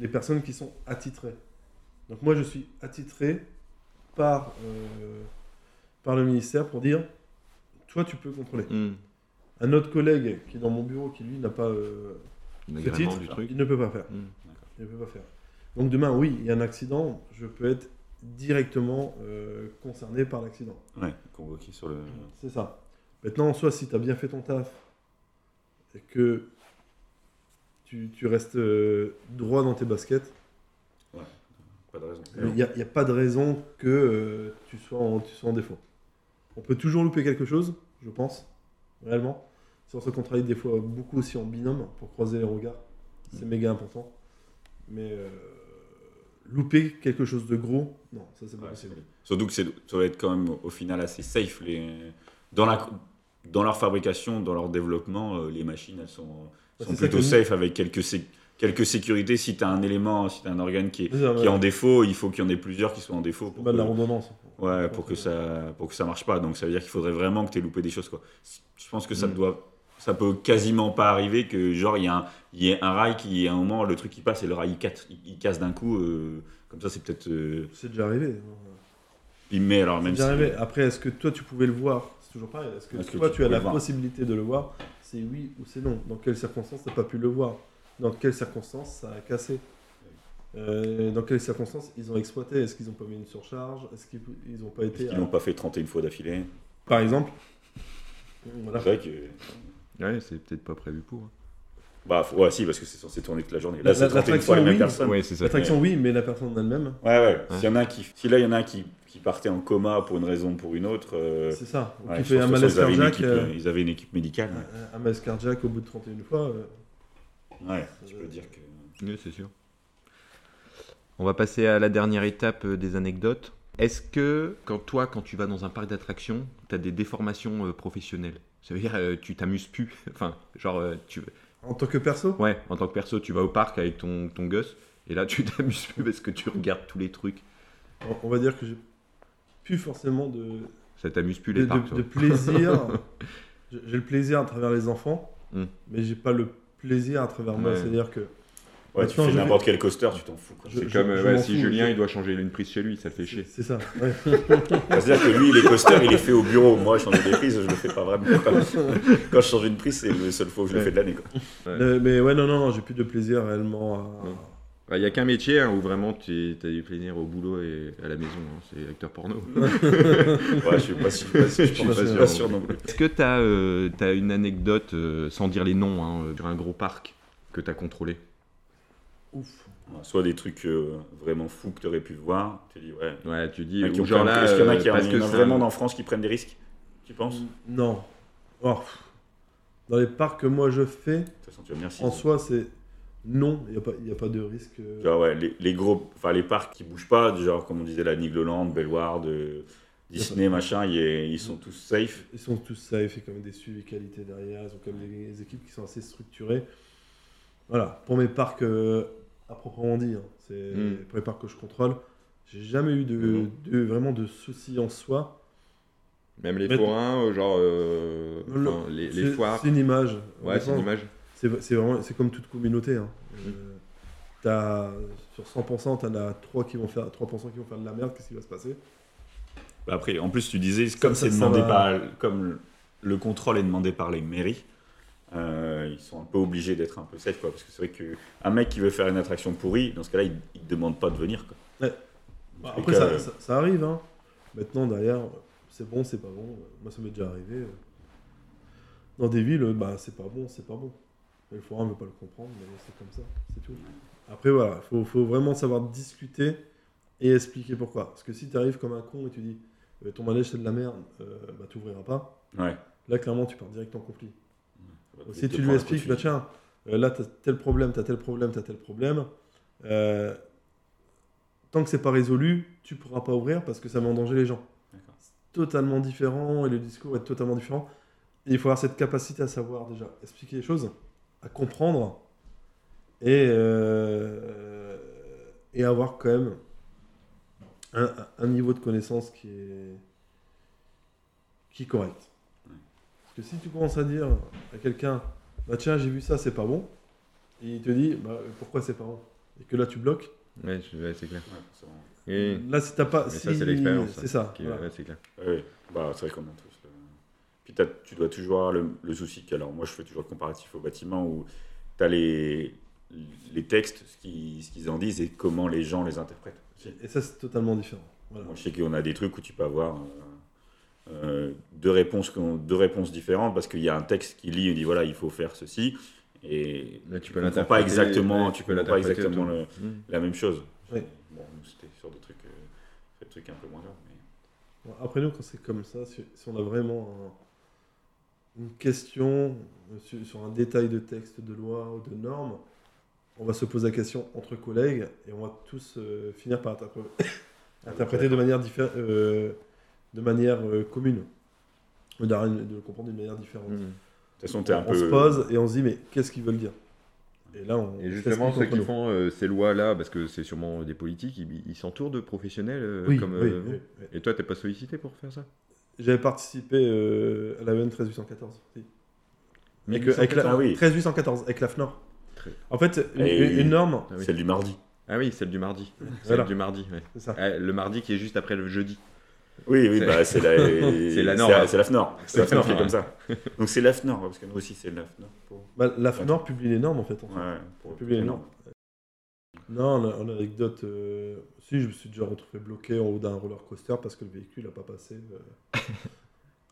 Speaker 3: les personnes qui sont attitrées. Donc moi, je suis attitré par, euh, par le ministère pour dire, toi, tu peux contrôler.
Speaker 2: Hmm.
Speaker 3: Un autre collègue qui est dans mon bureau, qui lui n'a pas euh, ce titre,
Speaker 2: du truc.
Speaker 3: il ne peut pas faire.
Speaker 2: Mm.
Speaker 3: Il ne peut pas faire. Donc demain, oui, il y a un accident, je peux être directement euh, concerné par l'accident.
Speaker 1: ouais, convoqué sur le.
Speaker 3: C'est ça. Maintenant, soit si tu as bien fait ton taf et que tu, tu restes euh, droit dans tes baskets,
Speaker 1: Pas de raison.
Speaker 3: il n'y a, il y a pas de raison que euh, tu, sois en, tu sois en défaut. On peut toujours louper quelque chose, je pense, réellement. Si on se contrarie des fois beaucoup aussi en binôme pour croiser les regards,
Speaker 1: Mm.
Speaker 3: c'est méga important. Mais euh, louper quelque chose de gros, non, ça c'est pas
Speaker 1: Ouais,
Speaker 3: possible.
Speaker 1: Surtout que c'est, ça doit être quand même au final assez safe. Les, dans, la, dans leur fabrication, dans leur développement, euh, les machines elles sont,
Speaker 3: Bah,
Speaker 1: sont
Speaker 3: c'est ça
Speaker 1: plutôt
Speaker 3: que nous-
Speaker 1: safe avec quelques, sé- quelques sécurités. Si tu as un élément, si tu as un organe qui est,
Speaker 3: C'est ça,
Speaker 1: qui est
Speaker 3: ouais.
Speaker 1: en défaut, il faut qu'il y en ait plusieurs qui soient en défaut
Speaker 3: C'est
Speaker 1: pour,
Speaker 3: pas de la
Speaker 1: que,
Speaker 3: redondance.
Speaker 1: ouais, pour, que, ça, pour que ça marche pas. Donc ça veut dire qu'il faudrait vraiment que tu aies loupé des choses. Quoi. Je pense que ça
Speaker 2: Mm.
Speaker 1: doit. Ça peut quasiment pas arriver que genre il y, a un- il y ait un rail qui à un moment le truc qui passe et le rail il, casse- il- il casse d'un coup euh, comme ça c'est peut-être euh,
Speaker 3: C'est déjà arrivé. hein.
Speaker 1: il met alors
Speaker 3: C'est
Speaker 1: même
Speaker 3: déjà
Speaker 1: si-
Speaker 3: arrivé. Après, est-ce que toi tu pouvais le voir C'est toujours pareil. Est-ce que
Speaker 1: Est-ce que
Speaker 3: toi
Speaker 1: tu
Speaker 3: tu, as
Speaker 1: pouvais
Speaker 3: la
Speaker 1: le voir
Speaker 3: possibilité de le voir C'est oui ou c'est non Dans quelles circonstances t'as pas pu le voir Dans quelles circonstances ça a cassé Euh, Dans quelles circonstances ils ont exploité Est-ce qu'ils ont pas mis une surcharge Est-ce qu'ils ils ont pas
Speaker 1: Est-ce
Speaker 3: été.
Speaker 1: qu'ils l'ont pas fait 31 fois d'affilée
Speaker 3: Par exemple. Voilà.
Speaker 1: C'est vrai que.
Speaker 2: Ouais, c'est peut-être pas prévu pour. hein.
Speaker 1: Bah, faut- ouais, si, parce que c'est censé tourner toute la journée.
Speaker 3: La-
Speaker 1: Là, c'est
Speaker 3: la-
Speaker 1: 31
Speaker 3: l'attraction,
Speaker 1: fois les mêmes
Speaker 3: oui.
Speaker 1: personnes. Ouais,
Speaker 2: Ouais, c'est ça.
Speaker 3: L'attraction, oui, mais la personne en elle-même,
Speaker 1: ouais.
Speaker 2: Ouais.
Speaker 1: S'il y en a un qui... Si là, il y en a un qui, qui partait en coma pour une raison ou pour une autre. euh,
Speaker 3: c'est ça.
Speaker 1: ouais,
Speaker 3: qui
Speaker 1: je
Speaker 3: fait
Speaker 1: pense
Speaker 3: un
Speaker 1: que
Speaker 3: malaise
Speaker 1: ils avaient une
Speaker 3: cardiaque.
Speaker 1: équipe,
Speaker 3: euh,
Speaker 1: euh, Ils avaient une équipe médicale. hein.
Speaker 3: Un un malaise cardiaque au bout de 31 fois. euh,
Speaker 1: Ouais, Ouais,
Speaker 3: ça
Speaker 1: tu
Speaker 3: doit-
Speaker 1: peux dire que.
Speaker 2: Oui, c'est sûr. On va passer à la dernière étape euh, des anecdotes. Est-ce que, quand toi, quand tu vas dans un parc d'attractions, tu as des déformations euh, professionnelles Ça veut dire, euh, tu t'amuses plus. enfin, genre, euh, tu...
Speaker 3: En tant que perso
Speaker 2: ouais, en tant que perso, tu vas au parc avec ton, ton gosse Et là, tu t'amuses plus parce que tu regardes tous les trucs.
Speaker 3: On- On va dire que j'ai plus forcément de,
Speaker 2: Ça t'amuse plus
Speaker 3: de,
Speaker 2: les
Speaker 3: de-
Speaker 2: parcs.
Speaker 3: de
Speaker 2: toi.
Speaker 3: plaisir. J'ai j'ai le plaisir à travers les enfants,
Speaker 2: Mm.
Speaker 3: mais j'ai pas le plaisir à travers moi.
Speaker 2: Ouais.
Speaker 3: C'est-à-dire que
Speaker 1: Ouais, tu
Speaker 3: Maintenant,
Speaker 1: fais
Speaker 3: je
Speaker 1: n'importe quel coaster, tu t'en fous. quoi.
Speaker 3: Je-
Speaker 2: C'est comme
Speaker 3: je
Speaker 2: euh, ouais,
Speaker 3: m'en
Speaker 2: si
Speaker 3: fous,
Speaker 2: Julien
Speaker 3: je-
Speaker 2: il doit changer une prise chez lui, ça le fait chier.
Speaker 3: c'est ça. ouais.
Speaker 1: Enfin, Bah, C'est-à-dire que lui, il est coaster, il est fait au bureau. Moi, changer des prises, je le fais pas vraiment. Quand je change une prise, c'est la seule fois que je le
Speaker 3: Ouais.
Speaker 1: fais de l'année. quoi.
Speaker 3: Le- Euh, mais ouais, non, non, non, j'ai plus de plaisir réellement à.
Speaker 2: Ouais. Il n'y a qu'un métier hein, où vraiment tu as du plaisir au boulot et à la maison, hein, c'est acteur porno.
Speaker 1: Ouais, je suis pas sûr. Je suis pas,
Speaker 3: Je suis
Speaker 1: sûr,
Speaker 2: pas
Speaker 1: pas
Speaker 2: sûr
Speaker 1: sûr non plus.
Speaker 2: Est-ce que tu as, une anecdote, euh, sans dire les noms, hein, euh, sur un gros parc que tu as contrôlé
Speaker 3: Ouf.
Speaker 1: Ouais, Soit des trucs euh, vraiment fous que tu aurais pu voir. Tu dis, ouais.
Speaker 2: Ouais, tu dis,
Speaker 1: Il y en a Ah, qui
Speaker 2: ou
Speaker 1: ont
Speaker 2: genre
Speaker 1: quand même-
Speaker 2: là,
Speaker 1: Est-ce qu'il y en a
Speaker 2: euh,
Speaker 1: qui en-
Speaker 2: parce
Speaker 1: il y
Speaker 2: que Mm.
Speaker 1: en a
Speaker 2: ça-
Speaker 1: vraiment en France qui prennent des risques Tu penses
Speaker 3: Non. Oh, pff. Dans les parcs que moi je fais,
Speaker 1: De toute façon, tu vas me dire si.
Speaker 3: en soi, c'est non, il n'y a, pas de risque. euh,
Speaker 1: Tu vois, ouais, les, les gros, enfin les parcs qui bougent pas, du genre comme on disait la Nigloland, Bellward, euh, Disney, machin, ils, ils sont tous safe.
Speaker 3: Ils sont tous safe, et quand même des suivis qualité derrière, ils ont quand même des, des équipes qui sont assez structurées. Voilà, pour mes parcs euh, à proprement dit, hein, c'est
Speaker 2: Mm.
Speaker 3: pour les parcs que je contrôle, j'ai jamais eu de,
Speaker 2: Mm.
Speaker 3: de- vraiment de soucis en soi.
Speaker 2: Même les
Speaker 3: Mais-
Speaker 2: forains, euh, genre euh,
Speaker 3: Le-
Speaker 2: enfin, les, les
Speaker 3: C'est-
Speaker 2: foires.
Speaker 3: C'est une image.
Speaker 2: Ouais, c'est une image. Mm.
Speaker 3: C'est c'est vraiment, c'est comme toute communauté. hein. Euh, t'as- sur 100%, t'en as 3 qui vont faire, 3% qui vont faire de la merde, qu'est-ce qui va se passer
Speaker 1: Bah, Après, en plus tu disais comme
Speaker 3: ça-
Speaker 1: c'est
Speaker 3: ça
Speaker 1: demandé
Speaker 3: va.
Speaker 1: par, comme le- le contrôle est demandé par les mairies, euh, ils sont un peu obligés d'être un peu safe quoi, parce que c'est vrai que un mec qui veut faire une attraction pourrie, dans ce cas-là, il, il te demande pas de venir quoi. Dans
Speaker 3: Ouais.
Speaker 1: tous les
Speaker 3: Bah, Après,
Speaker 1: cas,
Speaker 3: ça,
Speaker 1: euh,
Speaker 3: ça- ça arrive. hein. Maintenant, derrière, c'est bon, c'est pas bon. Moi, ça m'est déjà arrivé. euh. Dans des villes, euh, bah, c'est pas bon, c'est pas bon. Et le forum ne veut pas le comprendre, mais c'est comme ça, c'est tout. Après, voilà, il faut, faut vraiment savoir discuter et expliquer pourquoi. Parce que si tu arrives comme un con et tu dis euh, ton manège, c'est de la merde, euh, bah, tu pas.
Speaker 1: ouais.
Speaker 3: Là, clairement, tu pars direct en conflit.
Speaker 1: Il te
Speaker 3: Si tu lui
Speaker 1: prend un coup dessus.
Speaker 3: expliques, bah tiens, euh, là t'as tel problème, t'as tel problème, t'as tel problème, euh, tant que c'est pas résolu, tu pourras pas ouvrir parce que ça met en danger les gens.
Speaker 1: D'accord.
Speaker 3: C'est totalement différent et le discours est totalement différent. Et il faut avoir cette capacité à savoir déjà expliquer les choses, à comprendre et, euh, et avoir quand même un, un niveau de connaissance qui est, qui est correct.
Speaker 1: Ouais.
Speaker 3: Parce que si tu commences à dire à quelqu'un, bah tiens, j'ai vu ça, c'est pas bon, et il te dit, bah pourquoi c'est pas bon Et que là, tu bloques.
Speaker 2: Ouais, je- ouais, c'est clair.
Speaker 1: Ouais, c'est vraiment-
Speaker 2: Et-
Speaker 3: Là, si t'as pas.
Speaker 2: Mais
Speaker 3: si-
Speaker 2: ça, c'est l'expérience. hein,
Speaker 3: C'est ça.
Speaker 2: qui-
Speaker 3: voilà.
Speaker 2: ouais, c'est clair.
Speaker 1: Ouais, ouais. bah, c'est vrai qu'on a tous le- Puis t'as- tu dois toujours avoir le, le souci que, alors moi je fais toujours le comparatif au bâtiment où tu as les, les textes, ce qui- ce qu'ils en disent et comment les gens les interprètent. aussi.
Speaker 3: Et ça, c'est totalement différent. Voilà.
Speaker 1: Moi je sais qu'on a des trucs où tu peux avoir euh, euh, deux, réponses, qu'on- deux réponses différentes parce qu'il y a un texte qui lit et dit voilà il faut faire ceci et
Speaker 2: Là, tu
Speaker 1: tu
Speaker 2: peux
Speaker 1: comprends
Speaker 2: l'interpréter.
Speaker 1: pas exactement,
Speaker 2: ouais,
Speaker 1: tu comprends pas
Speaker 2: l'interpréter
Speaker 1: exactement
Speaker 2: autrement.
Speaker 1: le-
Speaker 2: Mm.
Speaker 1: la même chose.
Speaker 3: Ouais.
Speaker 1: Bon, nous, c'était sur des trucs, euh, des trucs un peu moins graves. mais-
Speaker 3: Bon, Après nous, quand c'est comme ça, si, si on a vraiment un- une question euh, sur, sur un détail de texte, de loi ou de norme, on va se poser la question entre collègues et on va tous euh, finir par interpr- interpréter de manière, diffé- euh, de manière euh, commune, Ou d'un- de le comprendre d'une manière différente.
Speaker 2: Mm.
Speaker 1: De toute façon, t'es un
Speaker 3: on
Speaker 1: peu.
Speaker 3: se pose et on se dit, mais qu'est-ce qu'ils veulent dire Et là, on
Speaker 2: Et justement, ceux
Speaker 3: s'explique
Speaker 2: qui
Speaker 3: entre
Speaker 2: font euh, ces lois-là, parce que c'est sûrement des politiques, ils ils s'entourent de professionnels euh,
Speaker 3: nous. Oui,
Speaker 2: comme
Speaker 3: oui,
Speaker 2: euh,
Speaker 3: oui,
Speaker 2: vous.
Speaker 3: oui.
Speaker 2: Et toi, t'es pas sollicité pour faire ça
Speaker 3: J'avais participé euh, à la UN 13814. aussi.
Speaker 2: Mais
Speaker 3: Avec, euh, avec la,
Speaker 1: Ah oui.
Speaker 3: 13814, avec la FNOR.
Speaker 2: Très-
Speaker 3: En fait, une,
Speaker 1: Et-
Speaker 3: une- une norme,
Speaker 2: Ah oui.
Speaker 1: Celle du mardi.
Speaker 2: Ah oui, celle du mardi.
Speaker 3: Voilà.
Speaker 2: Celle du mardi, ouais.
Speaker 3: c'est ça.
Speaker 2: Ah, le mardi qui est juste après le jeudi.
Speaker 1: Oui, oui,
Speaker 2: C'est-
Speaker 1: bah, c'est la, c'est la
Speaker 2: la norme.
Speaker 1: C'est la FNOR. C'est la
Speaker 2: C'est la
Speaker 1: FNOR qui est
Speaker 2: FNOR,
Speaker 1: comme ça. Donc c'est la FNOR, ouais, parce que nous aussi c'est la FNOR. Pour...
Speaker 3: Bah, la FNOR publie les normes en fait. en fait.
Speaker 1: Ouais, pour
Speaker 3: Publier les normes. Non, en, en anecdote, euh, si je me suis déjà retrouvé bloqué en haut d'un roller coaster parce que le véhicule n'a pas passé. euh,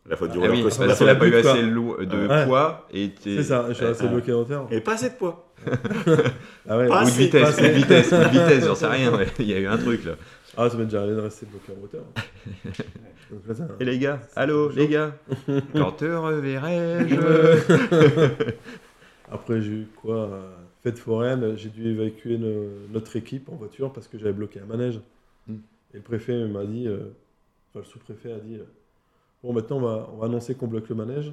Speaker 1: La faute du
Speaker 3: Ah
Speaker 2: Ah
Speaker 1: roller
Speaker 2: oui, parce
Speaker 1: coaster.
Speaker 3: bah,
Speaker 1: La
Speaker 2: que
Speaker 1: faute-
Speaker 3: la
Speaker 2: t'as pas eu
Speaker 3: butte,
Speaker 2: assez
Speaker 3: quoi.
Speaker 2: lo- de
Speaker 3: Ouais.
Speaker 2: poids et t'es-
Speaker 3: C'est ça, je suis
Speaker 2: euh,
Speaker 3: resté
Speaker 1: euh,
Speaker 3: bloqué en hauteur.
Speaker 1: Et pas assez de poids.
Speaker 3: Ah ouais,
Speaker 1: pas
Speaker 2: Ou de
Speaker 1: assez,
Speaker 2: vitesse,
Speaker 3: pas
Speaker 2: ou de
Speaker 3: assez.
Speaker 2: vitesse, ou de vitesse, j'en sais rien. ouais. Il y a eu un truc là.
Speaker 3: ah, ça m'est déjà arrivé de rester bloqué en hauteur. Donc là, ça-
Speaker 2: Et les gars, allô, les gars, quand te reverrai-je
Speaker 3: Euh, Après, j'ai eu quoi euh, Fête foraine, j'ai dû évacuer no- notre équipe en voiture parce que j'avais bloqué un manège.
Speaker 2: Mm.
Speaker 3: Et le préfet m'a dit, euh, enfin, le sous-préfet a dit euh, Bon, maintenant, on va, on va annoncer qu'on bloque le manège.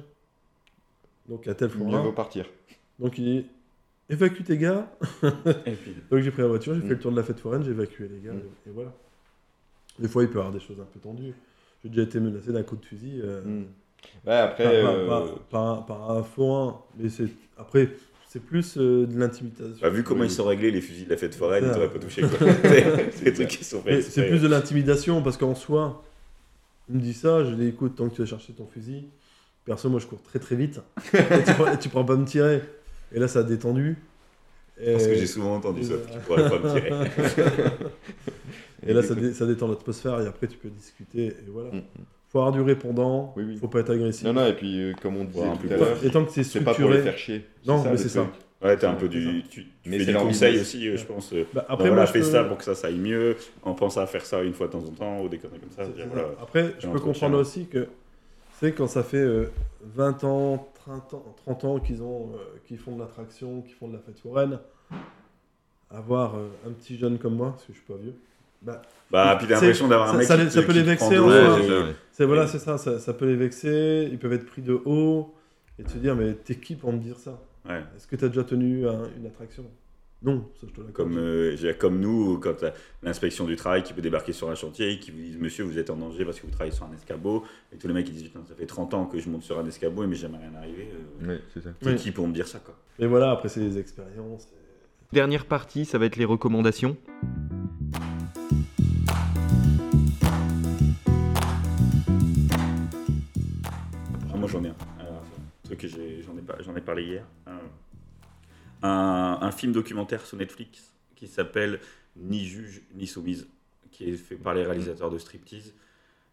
Speaker 3: Donc, à tel
Speaker 2: Mieux vaut
Speaker 3: forain.
Speaker 2: partir.
Speaker 3: Donc, il dit évacue tes gars.
Speaker 4: Et puis,
Speaker 3: Donc j'ai pris la voiture, j'ai fait
Speaker 2: Mm.
Speaker 3: le tour de la fête foraine, j'ai évacué les gars,
Speaker 2: Mm.
Speaker 3: et, et voilà. Des fois, il peut y avoir des choses un peu tendues. J'ai déjà été menacé d'un coup de fusil. euh,
Speaker 2: Hmm. Ouais, après.
Speaker 3: par, par-
Speaker 2: euh,
Speaker 3: par- par un- par un forain, hein, mais c'est après, c'est plus euh, de l'intimidation.
Speaker 1: Bah, vu comment
Speaker 3: Oui.
Speaker 1: ils sont réglés les fusils de la fête foraine, ils
Speaker 3: Ça.
Speaker 1: t'auraient pas touché quoi. C'est- c'est des trucs qui sont
Speaker 3: Mais
Speaker 1: faits.
Speaker 3: c'est plus de l'intimidation parce qu'en soi, il me dit ça, je dis écoute, tant que tu vas chercher ton fusil, perso, moi je cours très très vite, et tu, pourras, tu pourras pas me tirer. Et là, ça a détendu. Et,
Speaker 1: Parce que j'ai souvent entendu ça, tu pourrais pas me tirer.
Speaker 3: et là, ça, dé- ça détend l'atmosphère et après, tu peux discuter. Et voilà.
Speaker 2: Mm.
Speaker 3: Faut avoir du répondant,
Speaker 2: Oui, oui.
Speaker 3: faut pas être agressif.
Speaker 2: Non, non, et puis euh, comme on disait
Speaker 1: Voir un
Speaker 2: tout
Speaker 1: peu
Speaker 2: à
Speaker 1: plus.
Speaker 2: l'heure,
Speaker 3: Et tant que c'est
Speaker 2: c'est pas pour les
Speaker 3: structuré.
Speaker 2: faire chier.
Speaker 3: Non, mais
Speaker 2: le
Speaker 3: c'est
Speaker 2: truc.
Speaker 1: Ouais, t'as un peu
Speaker 3: C'est
Speaker 1: du. Tu, tu
Speaker 2: Mais
Speaker 1: fais
Speaker 2: c'est
Speaker 1: du
Speaker 2: leur
Speaker 1: conseil
Speaker 2: business.
Speaker 1: aussi, euh, je pense. euh,
Speaker 3: Bah,
Speaker 1: ben voilà,
Speaker 3: je
Speaker 1: fais
Speaker 3: peux-
Speaker 1: ça pour que ça, ça aille mieux. On pense à faire ça une fois de temps en temps, ou des conneries comme ça.
Speaker 3: C'est-
Speaker 1: dire,
Speaker 3: c'est
Speaker 1: voilà.
Speaker 3: ça. Après, je peux
Speaker 1: l'entretien.
Speaker 3: comprendre aussi que c'est quand ça fait euh, 20 ans, 30 ans, 30 ans qu'ils ont, euh, qu'ils font de l'attraction, qu'ils font de la fête foraine, avoir euh, un petit jeune comme moi, parce que je suis pas vieux.
Speaker 1: Bah, puis t'as
Speaker 3: C'est-
Speaker 1: l'impression d'avoir un
Speaker 3: ça-
Speaker 1: mec
Speaker 3: ça
Speaker 1: qui
Speaker 3: les-
Speaker 1: te-
Speaker 3: ça peut
Speaker 1: qui
Speaker 3: les
Speaker 1: te prend
Speaker 3: vexer,
Speaker 1: de
Speaker 3: en
Speaker 1: haut,
Speaker 3: soi.
Speaker 1: et-
Speaker 2: Ouais, ouais.
Speaker 3: C'est voilà,
Speaker 1: Oui.
Speaker 3: c'est ça, ça, ça peut les vexer, ils peuvent être pris de haut et te dire mais t'es qui pour me dire ça
Speaker 1: Ouais.
Speaker 3: Est-ce que tu as déjà tenu un- une attraction Non, ça je te l'accorde.
Speaker 1: Comme, euh, je veux dire, comme nous, quand t'as l'inspection du travail qui peut débarquer sur un chantier et qui vous dit Monsieur, vous êtes en danger parce que vous travaillez sur un escabeau. Et tous les mecs ils disent Putain, ça fait 30 ans que je monte sur un escabeau et mais jamais rien arrivé. euh,
Speaker 2: Ouais, c'est ça.
Speaker 1: T'es
Speaker 3: Oui.
Speaker 1: qui pour me dire ça quoi
Speaker 3: Et voilà, après c'est des expériences.
Speaker 2: Dernière partie, ça va être les recommandations.
Speaker 1: Ah, moi j'en ai un. Alors, un truc que j'ai- j'en ai, par- j'en ai parlé hier. Un, un- un film documentaire sur Netflix qui s'appelle Ni juge ni soumise, qui est fait par les réalisateurs de Striptease,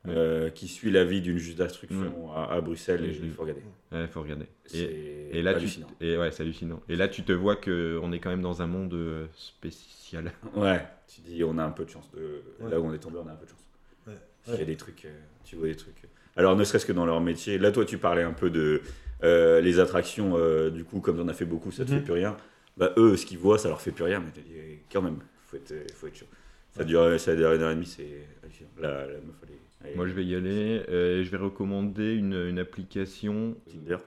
Speaker 2: Ouais.
Speaker 1: euh, qui suit la vie d'une juge d'instruction à, à Bruxelles et je l'ai
Speaker 2: Mhm.
Speaker 1: faut regarder.
Speaker 2: Ouais, faut regarder. Et,
Speaker 1: C'est
Speaker 2: et là, tu,
Speaker 1: hallucinant.
Speaker 2: et ouais, c'est hallucinant. Et là, tu te vois que on est quand même dans un monde euh, spécial.
Speaker 1: Ouais, tu dis on a un peu de chance de
Speaker 3: Ouais.
Speaker 1: là où on est tombé, on a un peu de chance.
Speaker 3: Ouais.
Speaker 1: Il y a des trucs, euh, tu vois des trucs. Alors ne serait-ce que dans leur métier. Là, toi, tu parlais un peu de euh, les attractions. euh, du coup, comme on a fait beaucoup, ça te
Speaker 3: Mhm.
Speaker 1: fait plus rien. Bah eux, ce qu'ils voient, ça leur fait plus rien. Mais tu dis eh, quand même, faut être, euh, faut être chaud. Ça
Speaker 3: Ouais.
Speaker 1: dure, ça dure une heure et demie, c'est hallucinant. La, la meuf, elle est- elle est-
Speaker 2: Moi, je vais y aller. euh, et je vais recommander une, une application
Speaker 1: Tinder.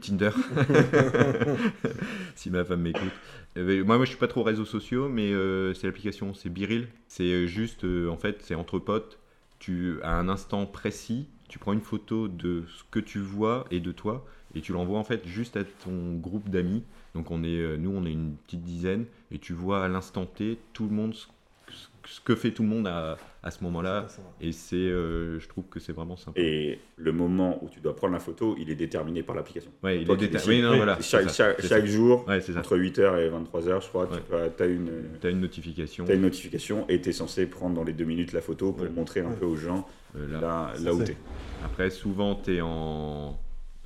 Speaker 2: Tinder. si ma femme m'écoute. Euh, mais moi, moi, je suis pas trop réseaux sociaux, mais euh, c'est l'application, c'est Biril. C'est euh, juste, euh, en fait, c'est entre potes. Tu, à un instant précis, tu prends une photo de ce que tu vois et de toi, et tu l'envoies en fait juste à ton groupe d'amis. Donc on est, euh, nous, on est une petite dizaine, et tu vois à l'instant T tout le monde, ce, ce- ce que fait tout le monde à, à ce moment-là.
Speaker 3: Ça, ça-
Speaker 2: Et c'est, euh, je trouve que c'est vraiment sympa.
Speaker 1: Et le moment où tu dois prendre la photo, il est déterminé par l'application.
Speaker 2: Ouais, il
Speaker 1: toi
Speaker 2: est
Speaker 1: qui
Speaker 2: déta-
Speaker 1: décides.
Speaker 2: oui, non,
Speaker 3: Oui,
Speaker 2: voilà, Ah, c'est
Speaker 1: chaque
Speaker 2: ça,
Speaker 1: chaque-
Speaker 2: c'est
Speaker 1: chaque jour,
Speaker 2: ça. Ouais, c'est ça.
Speaker 1: entre 8h et 23h, je crois,
Speaker 2: Ouais.
Speaker 1: tu as une. euh,
Speaker 2: T'as une notification.
Speaker 1: T'as une notification et t'es censé prendre dans les deux minutes la photo pour
Speaker 2: Ouais.
Speaker 1: montrer un
Speaker 3: Ouais.
Speaker 1: peu aux gens
Speaker 2: euh, là.
Speaker 1: là,
Speaker 3: Ça,
Speaker 1: là où
Speaker 3: c'est-
Speaker 1: t'es.
Speaker 2: Après, souvent, t'es en.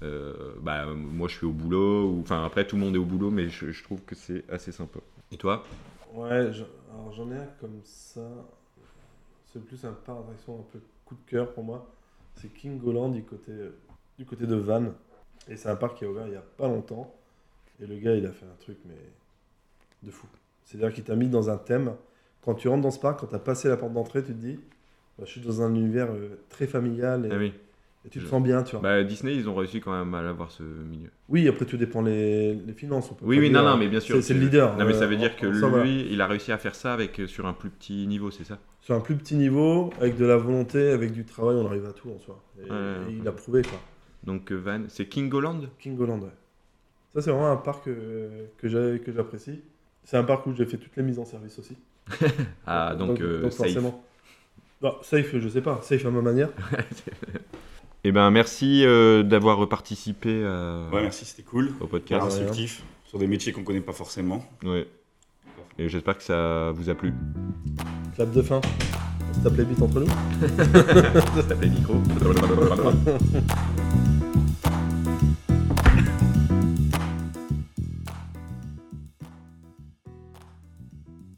Speaker 2: euh, bah, moi, je suis au boulot. ou- Enfin, après, tout le monde est au boulot, mais je, je trouve que c'est assez sympa. Et toi
Speaker 3: Ouais, je- alors j'en ai un comme ça. C'est plus un par attraction, un peu coup de cœur pour moi. C'est King Goland du côté, euh, du côté de Vannes. Et c'est un parc qui a ouvert il y a pas longtemps. Et le gars, il a fait un truc, mais de fou. C'est-à-dire qu'il t'a mis dans un thème. Quand tu rentres dans ce parc, quand tu as passé la porte d'entrée, tu te dis bah, Je suis dans un univers euh, très familial et,
Speaker 2: Ah oui.
Speaker 3: et tu te
Speaker 2: je-
Speaker 3: sens bien, tu vois.
Speaker 2: Bah, Disney, ils ont réussi quand même à avoir ce milieu.
Speaker 3: oui, après, tout dépend les, les finances. on peut
Speaker 2: Oui,
Speaker 3: pas
Speaker 2: oui,
Speaker 3: dire- hein.
Speaker 2: non, non, mais bien sûr.
Speaker 3: c'est- c'est le leader,
Speaker 2: Non, mais ça
Speaker 3: euh,
Speaker 2: veut dire
Speaker 3: en-
Speaker 2: que
Speaker 3: en
Speaker 2: lui,
Speaker 3: soi, voilà.
Speaker 2: il a réussi à faire ça avec, euh, sur un plus petit niveau, c'est ça
Speaker 3: sur un plus petit niveau, avec de la volonté, avec du travail, on arrive à tout en soi. Et,
Speaker 2: Ouais, ouais,
Speaker 3: et il
Speaker 2: ouais.
Speaker 3: a prouvé quoi.
Speaker 2: Donc, euh, Van. C'est Kingoland
Speaker 3: Kingoland, ouais. Ça, c'est vraiment un parc euh, que j'ai- que j'apprécie. C'est un parc où j'ai fait toutes les mises en service aussi.
Speaker 2: Ah, donc, euh, safe.
Speaker 3: Bah, safe, je sais pas. Safe à ma manière.
Speaker 2: Eh ben, merci euh, d'avoir participé à-
Speaker 1: Ouais, merci, c'était cool.
Speaker 2: au
Speaker 1: Car
Speaker 2: podcast.
Speaker 3: Ouais.
Speaker 1: instructif sur des métiers qu'on connaît pas forcément.
Speaker 2: Ouais. Et j'espère que ça vous a plu.
Speaker 3: Clap de fin. On se tape les bites entre nous.
Speaker 2: Tapez le micro.